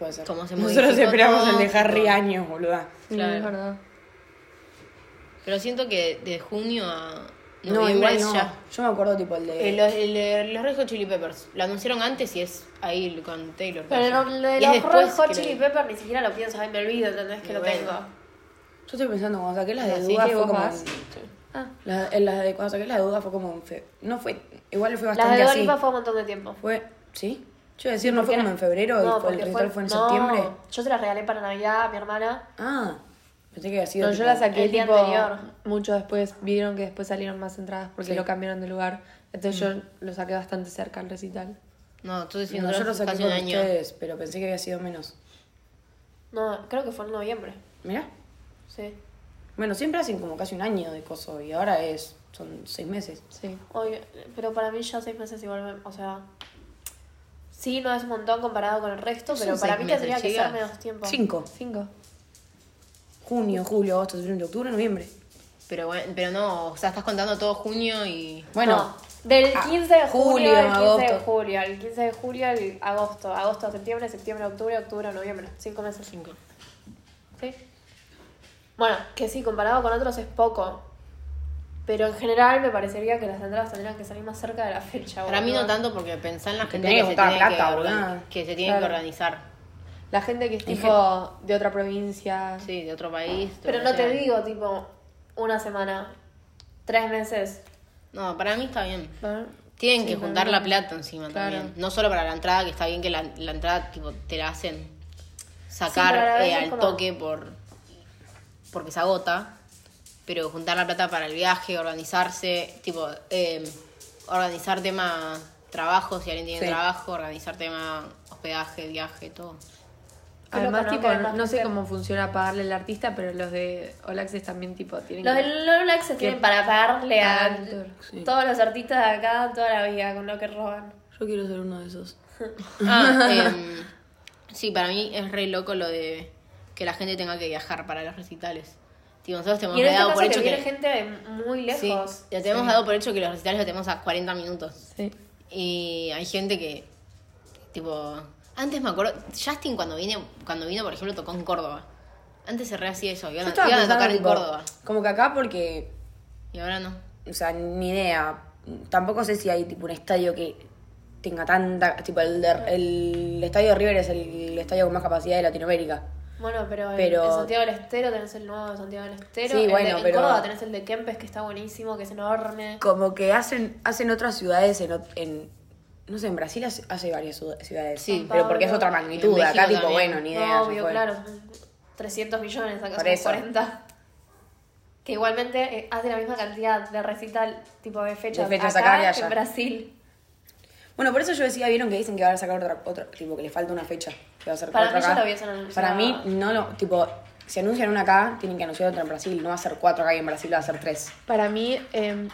Speaker 2: Puede ser.
Speaker 1: como se
Speaker 2: Nosotros
Speaker 1: modificó
Speaker 2: esperamos
Speaker 1: todo,
Speaker 2: el de Harry
Speaker 1: todo.
Speaker 2: años, boluda.
Speaker 3: Sí,
Speaker 1: Claro.
Speaker 3: es verdad.
Speaker 1: Pero siento que de junio a
Speaker 2: No,
Speaker 1: noviembre
Speaker 2: igual
Speaker 1: es
Speaker 2: no.
Speaker 1: ya.
Speaker 2: Yo me acuerdo tipo el de.
Speaker 1: Eh, los, el de los Red Hot Chili Peppers lo anunciaron antes y es ahí con Taylor.
Speaker 4: Pero
Speaker 1: Swift.
Speaker 4: lo
Speaker 1: Y
Speaker 4: de
Speaker 1: es
Speaker 4: los Red
Speaker 1: después
Speaker 4: Hot
Speaker 1: que
Speaker 4: Chili
Speaker 1: le-
Speaker 4: Pepper ni siquiera lo pienso, ay, me olvido, ¿entendés? Que
Speaker 1: Y
Speaker 4: lo
Speaker 1: bueno.
Speaker 4: tengo.
Speaker 2: Yo estoy pensando, cuando saqué las de
Speaker 1: Así
Speaker 2: duda
Speaker 3: que
Speaker 2: fue
Speaker 3: vos
Speaker 2: como.
Speaker 3: vas.
Speaker 4: Ah.
Speaker 2: La- en las de, cuando saqué las de duda fue como. en fe- no fue. Igual fue
Speaker 4: Las
Speaker 2: bastante
Speaker 4: de Dua
Speaker 2: así.
Speaker 4: Lipa fue un montón de tiempo.
Speaker 2: Fue. ¿Sí? Yo iba a decir, no fue como en febrero y fue, el
Speaker 4: porque
Speaker 2: recital fue en
Speaker 4: no,
Speaker 2: septiembre.
Speaker 4: Yo se las regalé para Navidad a mi hermana.
Speaker 2: Ah, pensé que había sido.
Speaker 3: No, yo
Speaker 2: tipo-
Speaker 3: la saqué
Speaker 4: El día
Speaker 3: tipo,
Speaker 4: anterior.
Speaker 3: Mucho después. Vieron que después salieron más entradas porque
Speaker 2: Sí.
Speaker 3: lo cambiaron de lugar. Entonces yo lo saqué bastante cerca al recital.
Speaker 1: No, estoy diciendo
Speaker 2: No, yo lo
Speaker 1: casi
Speaker 2: saqué
Speaker 1: un
Speaker 2: con
Speaker 1: año.
Speaker 2: ustedes, pero pensé que había sido menos.
Speaker 4: No, creo que fue en noviembre.
Speaker 2: Mirá.
Speaker 4: Sí.
Speaker 2: Bueno, siempre hacen como casi un año de coso y ahora es. Son seis meses.
Speaker 3: Sí.
Speaker 4: Oye, pero para mí ya seis meses igual, me- o sea... Sí, no es un montón comparado con el resto,
Speaker 1: No
Speaker 4: pero
Speaker 1: son
Speaker 4: para mí
Speaker 1: seis
Speaker 4: tendría
Speaker 1: meses,
Speaker 4: que ser
Speaker 1: chicas.
Speaker 4: menos tiempo.
Speaker 2: Cinco.
Speaker 3: Cinco.
Speaker 2: Junio, julio, agosto, septiembre, octubre, noviembre.
Speaker 1: Pero, bueno, pero no, o sea, estás contando todo junio y.
Speaker 2: Bueno.
Speaker 4: No, del
Speaker 2: ah,
Speaker 4: 15 de julio,
Speaker 2: julio,
Speaker 4: al 15 de
Speaker 2: agosto.
Speaker 4: julio, al 15 de julio al agosto, agosto a septiembre, septiembre a octubre, octubre a noviembre, cinco meses.
Speaker 1: Cinco.
Speaker 4: Sí. Bueno, que sí, comparado con otros es poco. Pero en general me parecería que las entradas tendrían que salir más cerca de la fecha.
Speaker 1: Para mí no
Speaker 4: boludo.
Speaker 1: tanto porque pensá en la gente
Speaker 2: tenés que
Speaker 1: que se,
Speaker 2: juntar
Speaker 1: tiene
Speaker 2: plata,
Speaker 1: que,
Speaker 2: boluda.
Speaker 1: organ- que se tiene que
Speaker 3: Claro.
Speaker 1: organizar.
Speaker 3: La gente que es tipo de otra provincia.
Speaker 1: Sí, de otro país. de
Speaker 4: Pero
Speaker 1: donde
Speaker 4: no te
Speaker 1: sea.
Speaker 4: digo, tipo, una semana, tres meses.
Speaker 1: No, para mí está bien.
Speaker 3: ¿no?
Speaker 1: Tienen que juntar la plata encima
Speaker 3: Claro.
Speaker 1: también. No solo para la entrada, que está bien que la, la entrada tipo, te la hacen
Speaker 4: Sí, pero a la
Speaker 1: sacar
Speaker 4: vez
Speaker 1: eh,
Speaker 4: es
Speaker 1: al
Speaker 4: como-
Speaker 1: toque por porque se agota. Pero juntar la plata para el viaje, organizarse, tipo, eh, organizar tema trabajo, si alguien tiene
Speaker 2: Sí.
Speaker 1: trabajo, organizar tema hospedaje, viaje, todo.
Speaker 4: Pero
Speaker 3: Además,
Speaker 4: conozco
Speaker 3: tipo,
Speaker 4: además
Speaker 3: no sé
Speaker 4: gente-
Speaker 3: cómo funciona pagarle al artista, pero los de Olaxes también, tipo, tienen
Speaker 4: Los
Speaker 3: que-
Speaker 4: del Lolax se tienen para pagarle a
Speaker 3: Pagar el tour,
Speaker 2: sí.
Speaker 4: todos los artistas de acá toda la vida con lo que roban.
Speaker 2: Yo quiero ser uno de esos.
Speaker 1: Ah,
Speaker 4: <laughs>
Speaker 1: em, sí, para mí es re loco lo de que la gente tenga que viajar para los recitales. Tipo, nosotros tenemos
Speaker 4: Y en este
Speaker 1: dado
Speaker 4: caso
Speaker 1: por
Speaker 4: que
Speaker 1: hecho
Speaker 4: viene
Speaker 1: que.
Speaker 4: gente de muy
Speaker 1: Sí,
Speaker 4: lejos.
Speaker 1: ya tenemos dado por hecho que los recitales los tenemos a 40 minutos.
Speaker 3: Sí.
Speaker 1: Y hay gente que, tipo, antes me acuerdo, Justin cuando vino, cuando vino por ejemplo, tocó en Córdoba. Antes se re hacía eso, iban,
Speaker 2: Yo
Speaker 1: a-
Speaker 2: estaba
Speaker 1: iban a
Speaker 2: pensando,
Speaker 1: tocar en
Speaker 2: tipo,
Speaker 1: Córdoba.
Speaker 2: Como que acá porque,
Speaker 1: Y ahora no.
Speaker 2: o sea, ni idea. Tampoco sé si hay tipo un estadio que tenga tanta, tipo el, de- el estadio de River es el estadio con más capacidad de Latinoamérica.
Speaker 4: Bueno, pero, en-
Speaker 2: Pero-
Speaker 4: en Santiago del Estero tenés el nuevo de Santiago del Estero.
Speaker 2: Sí,
Speaker 4: en-
Speaker 2: bueno,
Speaker 4: en
Speaker 2: pero-
Speaker 4: Córdoba tenés el de Kempes que está buenísimo, que es enorme.
Speaker 2: Como que hacen hacen otras ciudades en, ot- en- no sé, en Brasil hace, hace varias ciud- ciudades,
Speaker 1: Sí.
Speaker 2: pero porque es otra
Speaker 1: En
Speaker 2: magnitud,
Speaker 1: México
Speaker 2: acá tipo
Speaker 1: también.
Speaker 2: bueno, ni idea. ya
Speaker 4: Obvio,
Speaker 2: fue.
Speaker 4: claro. son 300 millones, acá
Speaker 2: Por
Speaker 4: son
Speaker 2: eso.
Speaker 4: 40. Que igualmente eh, hace la misma cantidad de recital, tipo de fechas,
Speaker 2: De fechas
Speaker 4: acá,
Speaker 2: acá que
Speaker 4: que
Speaker 2: allá.
Speaker 4: en Brasil.
Speaker 2: Bueno, por eso yo decía, vieron que dicen que van a sacar otra, otra tipo que le falta una fecha. Que va a ser
Speaker 4: Para
Speaker 2: cuatro
Speaker 4: mí ya
Speaker 2: acá.
Speaker 4: lo hubiesen anunciado.
Speaker 2: Para mí, no lo, tipo, si anuncian una acá, tienen que anunciar otra en Brasil, no va a ser cuatro acá y en Brasil va a ser tres.
Speaker 3: Para mí, em,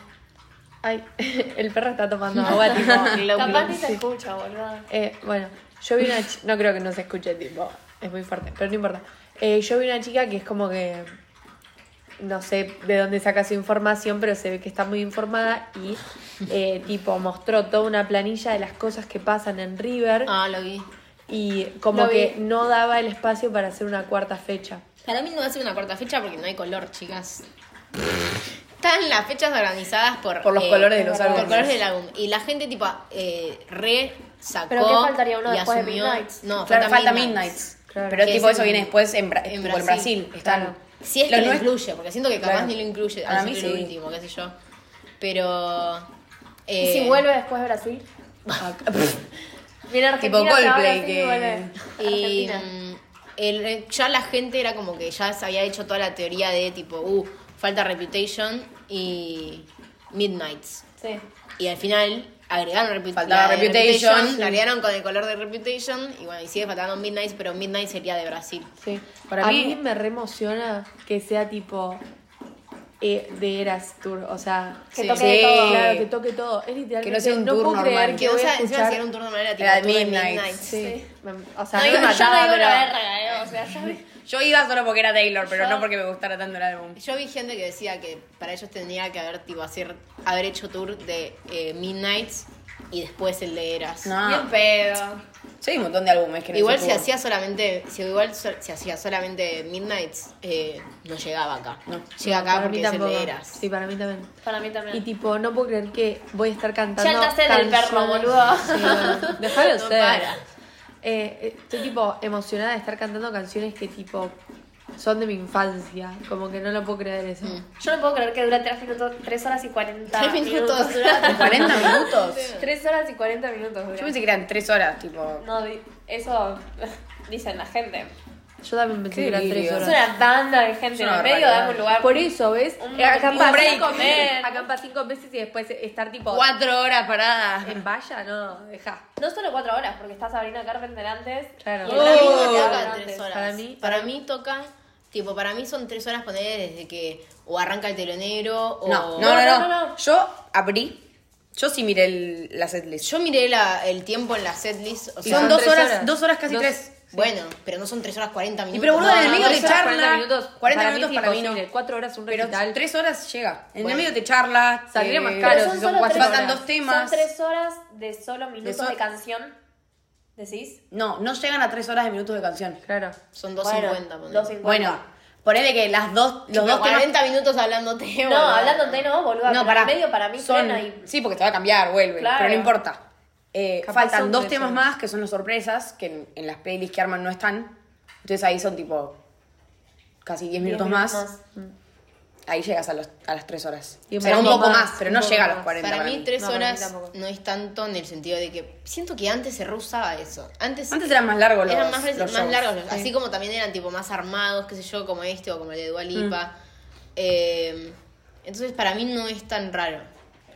Speaker 3: ay, <laughs> el perro está <laughs> tomando agua, tipo,
Speaker 1: Lo-
Speaker 4: Capaz ni se escucha, boludo.
Speaker 3: Eh, bueno, yo vi una chi- no creo que no se escuche tipo Es muy fuerte, pero no importa. Eh, yo vi una chica que es como que. No sé de dónde saca su información, pero se ve que está muy informada y, eh, tipo, mostró toda una planilla de las cosas que pasan en River
Speaker 1: Ah, lo vi.
Speaker 3: y, como
Speaker 4: Lo vi.
Speaker 3: que no daba el espacio para hacer una cuarta fecha.
Speaker 1: Para mí no va a ser una cuarta fecha porque no hay color, chicas. Están las fechas organizadas por, eh,
Speaker 2: Por los colores de los
Speaker 1: por
Speaker 2: álbumes.
Speaker 1: colores del álbum. Y la gente, tipo, eh, re sacó.
Speaker 4: Pero ¿qué faltaría uno
Speaker 1: y
Speaker 4: después de
Speaker 1: asumió-
Speaker 4: Midnights?
Speaker 1: No,
Speaker 2: Claro, falta
Speaker 1: Midnights.
Speaker 2: Midnights.
Speaker 3: Claro.
Speaker 2: Pero
Speaker 1: Que
Speaker 2: tipo
Speaker 1: es
Speaker 2: eso
Speaker 1: en-
Speaker 2: viene después en, Bra-
Speaker 1: en
Speaker 2: tipo,
Speaker 1: Brasil.
Speaker 2: en Brasil. Están.
Speaker 3: Claro.
Speaker 1: Si es
Speaker 2: Los
Speaker 1: que lo
Speaker 2: nuestros-
Speaker 1: incluye, porque siento que capaz
Speaker 2: Claro.
Speaker 1: ni lo incluye.
Speaker 2: Para
Speaker 1: Para mí
Speaker 2: mí
Speaker 1: el
Speaker 2: sí.
Speaker 1: último, qué sé yo. Pero.
Speaker 4: ¿Y si
Speaker 1: eh,
Speaker 4: vuelve después de Brasil? Viene Argentina.
Speaker 2: Tipo
Speaker 4: se abre así
Speaker 2: Coldplay,
Speaker 4: y
Speaker 2: que-
Speaker 4: vuelve a
Speaker 1: Y
Speaker 4: Argentina.
Speaker 1: mm, el- ya la gente era como que ya se había hecho toda la teoría de tipo, uh, falta Reputation y Midnights.
Speaker 4: Sí.
Speaker 1: Y al final agregaron Repu-
Speaker 2: Faltaba
Speaker 1: la de
Speaker 2: Reputation.
Speaker 1: La agregaron con el color de Reputation y bueno, y sigue faltando Midnights, pero Midnight sería de Brasil.
Speaker 3: Sí.
Speaker 2: Para
Speaker 3: a
Speaker 2: mí-
Speaker 3: mí, me reemociona que sea tipo eh, de Eras Tour, o sea,
Speaker 4: Que
Speaker 1: Sí.
Speaker 4: toque
Speaker 2: Sí.
Speaker 4: de todo.
Speaker 3: claro, que toque todo. Es literalmente
Speaker 2: Que no sea un
Speaker 3: no
Speaker 2: tour
Speaker 3: puedo
Speaker 2: normal.
Speaker 3: creer
Speaker 1: Que
Speaker 3: que
Speaker 1: o
Speaker 3: voy a
Speaker 1: sea, encima
Speaker 3: escuchar.
Speaker 1: hicieron un turno manera tipo
Speaker 2: la de
Speaker 1: tour de
Speaker 2: Midnights.
Speaker 1: Midnights.
Speaker 3: Sí. Me- O sea,
Speaker 4: No,
Speaker 3: no,
Speaker 4: digo,
Speaker 3: me
Speaker 4: yo
Speaker 3: mataba,
Speaker 4: no digo
Speaker 3: pero
Speaker 4: una verga, eh, o sea, yo vi-
Speaker 2: Yo iba solo porque era Taylor, pero
Speaker 4: Yo-
Speaker 2: no porque me gustara tanto el álbum.
Speaker 1: Yo vi gente que decía que para ellos tendría que haber tipo hacer, haber hecho tour de eh, Midnights y después el de Eras.
Speaker 2: No.
Speaker 4: Bien pedo.
Speaker 2: Yo vi un montón de álbumes que no
Speaker 1: Igual
Speaker 2: hice
Speaker 1: si
Speaker 2: tour.
Speaker 1: hacía solamente, si igual so- si hacía solamente Midnights, eh, no llegaba acá.
Speaker 2: No.
Speaker 1: Llega acá
Speaker 3: para mí
Speaker 1: porque es el
Speaker 3: tampoco.
Speaker 1: de Eras.
Speaker 3: Sí, para mí también.
Speaker 4: Para mí
Speaker 3: Y
Speaker 4: también.
Speaker 3: tipo, no puedo creer que voy a estar cantando.
Speaker 4: Ya estás en el perro, boludo.
Speaker 3: Sí, bueno, dejalo
Speaker 1: No
Speaker 3: ser.
Speaker 1: para.
Speaker 3: Eh, eh, estoy tipo emocionada de estar cantando canciones que tipo son de mi infancia. Como que no lo puedo creer eso.
Speaker 4: Yo no puedo creer que dura 3 minutos, 3 horas y 40
Speaker 1: <laughs> Tres minutos.
Speaker 2: ¿De 40 minutos?
Speaker 4: 3 horas y 40 minutos dura.
Speaker 2: Yo pensé que eran 3 horas, tipo.
Speaker 4: No, di- eso <laughs> dicen la gente.
Speaker 3: Yo también pensé
Speaker 2: Qué
Speaker 3: que eran tres
Speaker 2: delirio.
Speaker 4: Es
Speaker 3: horas.
Speaker 4: una banda de gente.
Speaker 2: Es
Speaker 4: En
Speaker 2: una
Speaker 4: el medio
Speaker 2: barbaridad.
Speaker 4: dame un lugar.
Speaker 3: Por eso, ¿ves?
Speaker 4: Un-
Speaker 3: Eh, acá
Speaker 4: un
Speaker 3: pa-
Speaker 4: break.
Speaker 3: cinco meses, acá pa cinco meses y después estar tipo
Speaker 2: 4 horas paradas.
Speaker 3: en valla, no, deja.
Speaker 4: No solo 4 horas, porque está Sabrina Carpenter antes.
Speaker 3: Claro.
Speaker 1: <laughs>
Speaker 4: Y el
Speaker 1: Para mí no toca
Speaker 4: Rabbit quedaba
Speaker 1: Oh. tres
Speaker 4: antes.
Speaker 1: horas.
Speaker 3: Para mí-
Speaker 1: para mí toca, tipo, para mí son tres horas poner desde que o arranca el telonero o...
Speaker 2: No, no, no, no,
Speaker 4: No, no, no.
Speaker 2: Yo abrí. Yo sí miré el, la setlist.
Speaker 1: Yo miré la- el tiempo en la setlist. O
Speaker 2: Y
Speaker 1: sea,
Speaker 2: son
Speaker 3: son
Speaker 2: dos
Speaker 3: tres
Speaker 2: horas,
Speaker 3: horas.
Speaker 2: dos horas casi
Speaker 3: Dos-
Speaker 2: tres.
Speaker 1: Bueno, pero no son tres horas 40 minutos.
Speaker 2: pero, boludo, en el medio
Speaker 1: no,
Speaker 2: te
Speaker 1: no,
Speaker 2: charla.
Speaker 3: 40 minutos,
Speaker 2: 40
Speaker 3: para mí
Speaker 2: minutos
Speaker 3: es
Speaker 2: para mí no.
Speaker 3: imposible. Cuatro horas un
Speaker 2: Pero
Speaker 3: recital.
Speaker 2: tres horas llega. En
Speaker 1: Bueno.
Speaker 2: el medio te charla.
Speaker 3: Saldría
Speaker 2: te-
Speaker 3: más
Speaker 4: Pero
Speaker 3: caro. Claro,
Speaker 4: son
Speaker 3: si son
Speaker 4: solo
Speaker 3: cuatro
Speaker 4: tres
Speaker 3: horas.
Speaker 4: horas.
Speaker 2: Faltan dos temas.
Speaker 4: Son 3 horas de solo minutos de,
Speaker 2: so-
Speaker 4: canción. ¿Decís?
Speaker 2: No, no llegan a tres horas de minutos de canción.
Speaker 3: Claro.
Speaker 1: Son
Speaker 4: Bueno,
Speaker 1: 250. ponele.
Speaker 4: 2.50.
Speaker 2: Bueno, ponele que las dos, los dos temas.
Speaker 1: 40 minutos hablándote.
Speaker 4: No,
Speaker 1: boludo.
Speaker 4: hablándote no, boludo. No,
Speaker 2: pará.
Speaker 4: para medio para mí
Speaker 2: Son-
Speaker 4: frena y
Speaker 2: Sí, porque te va a cambiar, vuelve.
Speaker 4: Claro.
Speaker 2: Pero no importa. Eh,
Speaker 3: Capaz
Speaker 2: faltan
Speaker 3: son
Speaker 2: dos
Speaker 3: tres
Speaker 2: temas
Speaker 3: horas.
Speaker 2: más que son las sorpresas, que en, en las playlists que arman no están. Entonces ahí son tipo casi 10
Speaker 4: diez
Speaker 2: minutos, más. Ahí llegas a, los, a las 3 horas.
Speaker 3: Y
Speaker 2: O
Speaker 3: un
Speaker 2: sea, un
Speaker 3: poco
Speaker 2: poco
Speaker 3: más,
Speaker 2: más, pero
Speaker 3: un
Speaker 2: no
Speaker 3: poco
Speaker 2: llega a los
Speaker 3: más.
Speaker 2: 40.
Speaker 1: Para mí tres
Speaker 3: No, para mí
Speaker 1: horas
Speaker 3: tampoco.
Speaker 1: no es tanto en el sentido de que siento que antes se reusaba eso. Antes,
Speaker 2: Antes eran más largos los
Speaker 1: eran más,
Speaker 2: los
Speaker 1: más
Speaker 2: shows.
Speaker 1: largos, los- así como también eran tipo más armados, qué sé yo, como este o como el de Dualipa. entonces para mí no es tan raro.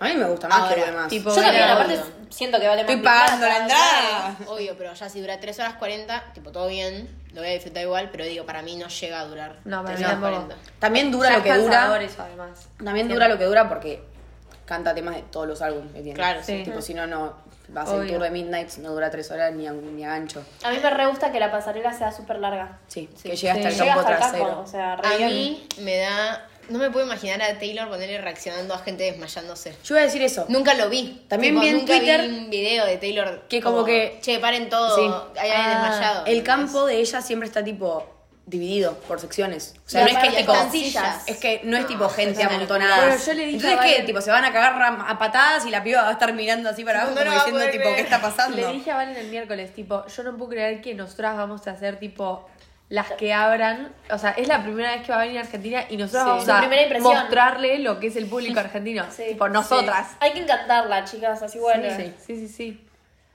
Speaker 2: A mí me gusta más que
Speaker 1: Ahora,
Speaker 2: los demás.
Speaker 3: tipo,
Speaker 4: Yo también,
Speaker 1: Obvio.
Speaker 4: aparte siento que vale más.
Speaker 2: Estoy
Speaker 4: mi
Speaker 2: pagando
Speaker 4: plata,
Speaker 2: la entrada.
Speaker 1: Obvio, pero ya si dura 3 horas 40, tipo todo bien, lo voy a disfrutar igual, pero digo, para mí no llega a durar
Speaker 3: No, para
Speaker 1: tres
Speaker 3: mí
Speaker 1: horas
Speaker 3: tampoco.
Speaker 1: 40.
Speaker 2: También dura
Speaker 3: Ya
Speaker 2: lo que
Speaker 3: es cansador
Speaker 2: dura.
Speaker 3: eso, además.
Speaker 2: También dura lo que dura porque canta temas de todos los álbumes que tiene.
Speaker 1: Claro,
Speaker 3: Sí.
Speaker 2: Tipo, si no, no. Va a ser el
Speaker 3: Obvio.
Speaker 2: tour de Midnight, no dura 3 horas ni a, ni a gancho.
Speaker 4: A mí me re gusta que la pasarela sea súper larga.
Speaker 2: Sí, que llega
Speaker 3: Sí.
Speaker 2: hasta el
Speaker 4: Llega
Speaker 2: campo
Speaker 4: hasta el
Speaker 2: trasero.
Speaker 4: campo, o sea, re
Speaker 1: A
Speaker 4: bien.
Speaker 1: mí me da. No me puedo imaginar a Taylor ponerle reaccionando a gente desmayándose.
Speaker 2: Yo iba a decir eso.
Speaker 1: Nunca lo vi.
Speaker 2: También vi en
Speaker 1: nunca
Speaker 2: Twitter
Speaker 1: vi un video de Taylor
Speaker 2: que como que-
Speaker 1: Che, paren todo.
Speaker 2: Sí.
Speaker 1: Hay alguien
Speaker 3: Ah,
Speaker 1: desmayado.
Speaker 2: El campo de ella siempre está tipo dividido por secciones. O sea,
Speaker 1: Y
Speaker 2: no es que
Speaker 1: aparte
Speaker 2: esté como.
Speaker 1: están sillas.
Speaker 2: Es que no es tipo
Speaker 4: Ah,
Speaker 2: gente
Speaker 1: una
Speaker 2: amontonada.
Speaker 3: locura. Bueno, yo le dije
Speaker 2: Entonces
Speaker 3: a
Speaker 2: que
Speaker 3: Valen-
Speaker 2: tipo se van a cagar ram- a patadas y la piba va a estar mirando así para
Speaker 1: No
Speaker 2: abajo
Speaker 1: lo
Speaker 2: como
Speaker 1: va a
Speaker 2: diciendo
Speaker 1: poder
Speaker 2: tipo
Speaker 1: creer.
Speaker 2: qué está pasando.
Speaker 3: Le dije a Valen el miércoles, tipo, yo no puedo creer que nosotras vamos a hacer, tipo, las que abran. O sea, es la primera vez que va a venir a Argentina y nosotras
Speaker 4: Sí.
Speaker 3: vamos
Speaker 4: Su
Speaker 3: a
Speaker 4: primera impresión.
Speaker 3: mostrarle lo que es el público argentino.
Speaker 4: Sí.
Speaker 3: Tipo, nosotras.
Speaker 4: Sí. Hay que encantarla, chicas, así bueno.
Speaker 3: Sí, sí, sí, sí.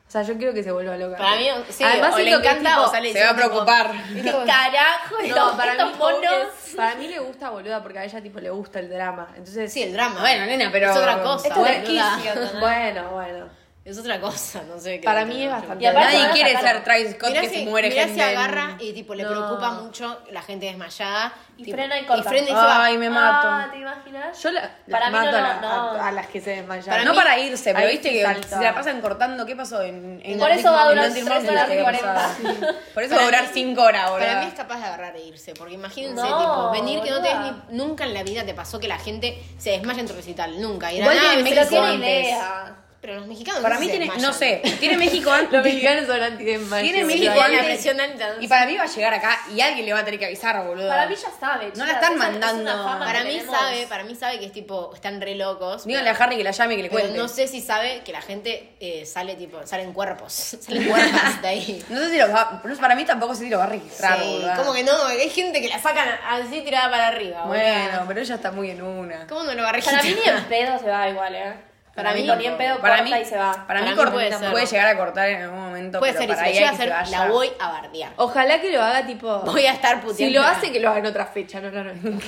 Speaker 3: O sea, yo quiero que se vuelva loca.
Speaker 1: Para mí, sí,
Speaker 3: Además,
Speaker 1: o le
Speaker 3: siento que es
Speaker 1: encanta
Speaker 3: tipo-
Speaker 1: o sale
Speaker 2: Se va a
Speaker 1: diciendo, tipo,
Speaker 2: preocupar.
Speaker 4: ¿Qué carajo?
Speaker 3: No, para mí,
Speaker 4: estos monos.
Speaker 3: es- para mí le gusta boluda porque a ella tipo le gusta el drama. Entonces,
Speaker 1: Sí, el drama.
Speaker 2: Bueno, nena, pero-
Speaker 1: Es otra cosa.
Speaker 4: Esto es
Speaker 1: boluda.
Speaker 4: desquicio.
Speaker 3: bueno, bueno.
Speaker 1: Es otra cosa, no sé qué.
Speaker 3: Para
Speaker 1: otra
Speaker 3: mí es
Speaker 1: cosa.
Speaker 3: bastante-
Speaker 1: Y aparte,
Speaker 4: Nadie
Speaker 2: Nadie
Speaker 4: ahora
Speaker 2: quiere
Speaker 4: sacaron-
Speaker 2: ser Travis Scott
Speaker 1: mirá
Speaker 2: que
Speaker 1: si-
Speaker 2: se muere
Speaker 1: mirá
Speaker 2: gente.
Speaker 1: si agarra
Speaker 2: en-
Speaker 1: y tipo le
Speaker 4: No.
Speaker 1: preocupa mucho la gente desmayada.
Speaker 4: Y
Speaker 1: tipo,
Speaker 4: frena y corta.
Speaker 1: frena y se va.
Speaker 2: Ay, me mato.
Speaker 4: Ah, ¿te imaginas?
Speaker 3: Yo la, las
Speaker 4: Para mí no,
Speaker 3: mato a, la-
Speaker 4: no,
Speaker 3: a-
Speaker 4: no.
Speaker 3: a las que se desmayaron.
Speaker 1: Para
Speaker 2: no
Speaker 1: mí-
Speaker 2: para irse, pero
Speaker 3: ahí
Speaker 2: viste
Speaker 3: sí
Speaker 2: que
Speaker 3: salta.
Speaker 2: se la pasan cortando. ¿Qué pasó en, en
Speaker 4: Por
Speaker 2: el
Speaker 4: eso va a
Speaker 2: Disney-
Speaker 4: durar
Speaker 2: en el
Speaker 4: tres
Speaker 2: Disney
Speaker 4: horas
Speaker 2: la
Speaker 4: y
Speaker 2: semana
Speaker 4: 40. <laughs>
Speaker 2: pasada? Por eso va a durar 5 horas, boludo.
Speaker 1: Para mí es capaz de agarrar e irse, porque imagínense,
Speaker 4: No,
Speaker 1: tipo, venir que no te ves
Speaker 4: boluda.
Speaker 1: ni. Nunca en la vida te pasó que la gente se desmaya en tu recital, nunca. Y era,
Speaker 2: Igual
Speaker 1: "Ah,
Speaker 2: tiene
Speaker 1: pero
Speaker 4: Pero
Speaker 2: México
Speaker 1: tiene
Speaker 4: tiene
Speaker 2: antes.
Speaker 4: idea.
Speaker 1: Pero los mexicanos
Speaker 2: Para
Speaker 1: no
Speaker 2: mí
Speaker 1: se
Speaker 2: tiene, no
Speaker 1: desmayan.
Speaker 2: sé,
Speaker 1: <laughs>
Speaker 2: tiene
Speaker 3: <laughs>
Speaker 2: México antes.
Speaker 3: Los mexicanos son anti-desmayos.
Speaker 2: Tiene
Speaker 3: Sí,
Speaker 2: México
Speaker 3: la-
Speaker 1: la
Speaker 2: antes.
Speaker 1: presión alta, no
Speaker 2: Y
Speaker 1: sé.
Speaker 2: para mí va a llegar acá y alguien le va a tener que avisar, boludo.
Speaker 4: Para mí ya sabe. chicas,
Speaker 2: la están
Speaker 4: esa- es una
Speaker 2: mandando.
Speaker 4: fama
Speaker 1: Para
Speaker 4: que
Speaker 1: mí
Speaker 4: tenemos.
Speaker 1: sabe, para mí sabe que es tipo, están re locos.
Speaker 2: Díganle a Harry que la llame y que le
Speaker 1: pero
Speaker 2: cuente.
Speaker 1: no sé si sabe que la gente eh, sale tipo, salen cuerpos, <laughs> salen cuerpos de
Speaker 2: <laughs>
Speaker 1: ahí.
Speaker 2: No sé si lo va. no, para mí tampoco sé si lo va a registrar,
Speaker 1: Sí,
Speaker 2: boluda.
Speaker 1: ¿Cómo que no? Hay gente que la sacan así tirada para arriba.
Speaker 2: Bueno,
Speaker 1: boluda.
Speaker 2: pero ella está muy en una.
Speaker 1: ¿Cómo no lo va a registrar?
Speaker 4: Para mí
Speaker 1: <laughs>
Speaker 4: ni en pedo se va igual, ¿eh? Para, mí, ni en pedo
Speaker 2: para
Speaker 4: corta
Speaker 2: mí,
Speaker 4: y se va.
Speaker 2: Para,
Speaker 1: Para
Speaker 2: mí,
Speaker 1: mí
Speaker 2: cort-
Speaker 1: puede
Speaker 2: puede,
Speaker 1: ser.
Speaker 2: llegar a cortar en algún momento.
Speaker 1: Puede
Speaker 2: pero
Speaker 1: ser, y si
Speaker 2: para
Speaker 1: lo
Speaker 2: ahí
Speaker 1: llega a
Speaker 2: hay que
Speaker 1: hacer,
Speaker 2: se vaya.
Speaker 1: la voy a bardear.
Speaker 3: Ojalá que lo haga tipo.
Speaker 1: Voy a estar puteando.
Speaker 3: si lo hace, que lo haga en otra fecha, no, no, no.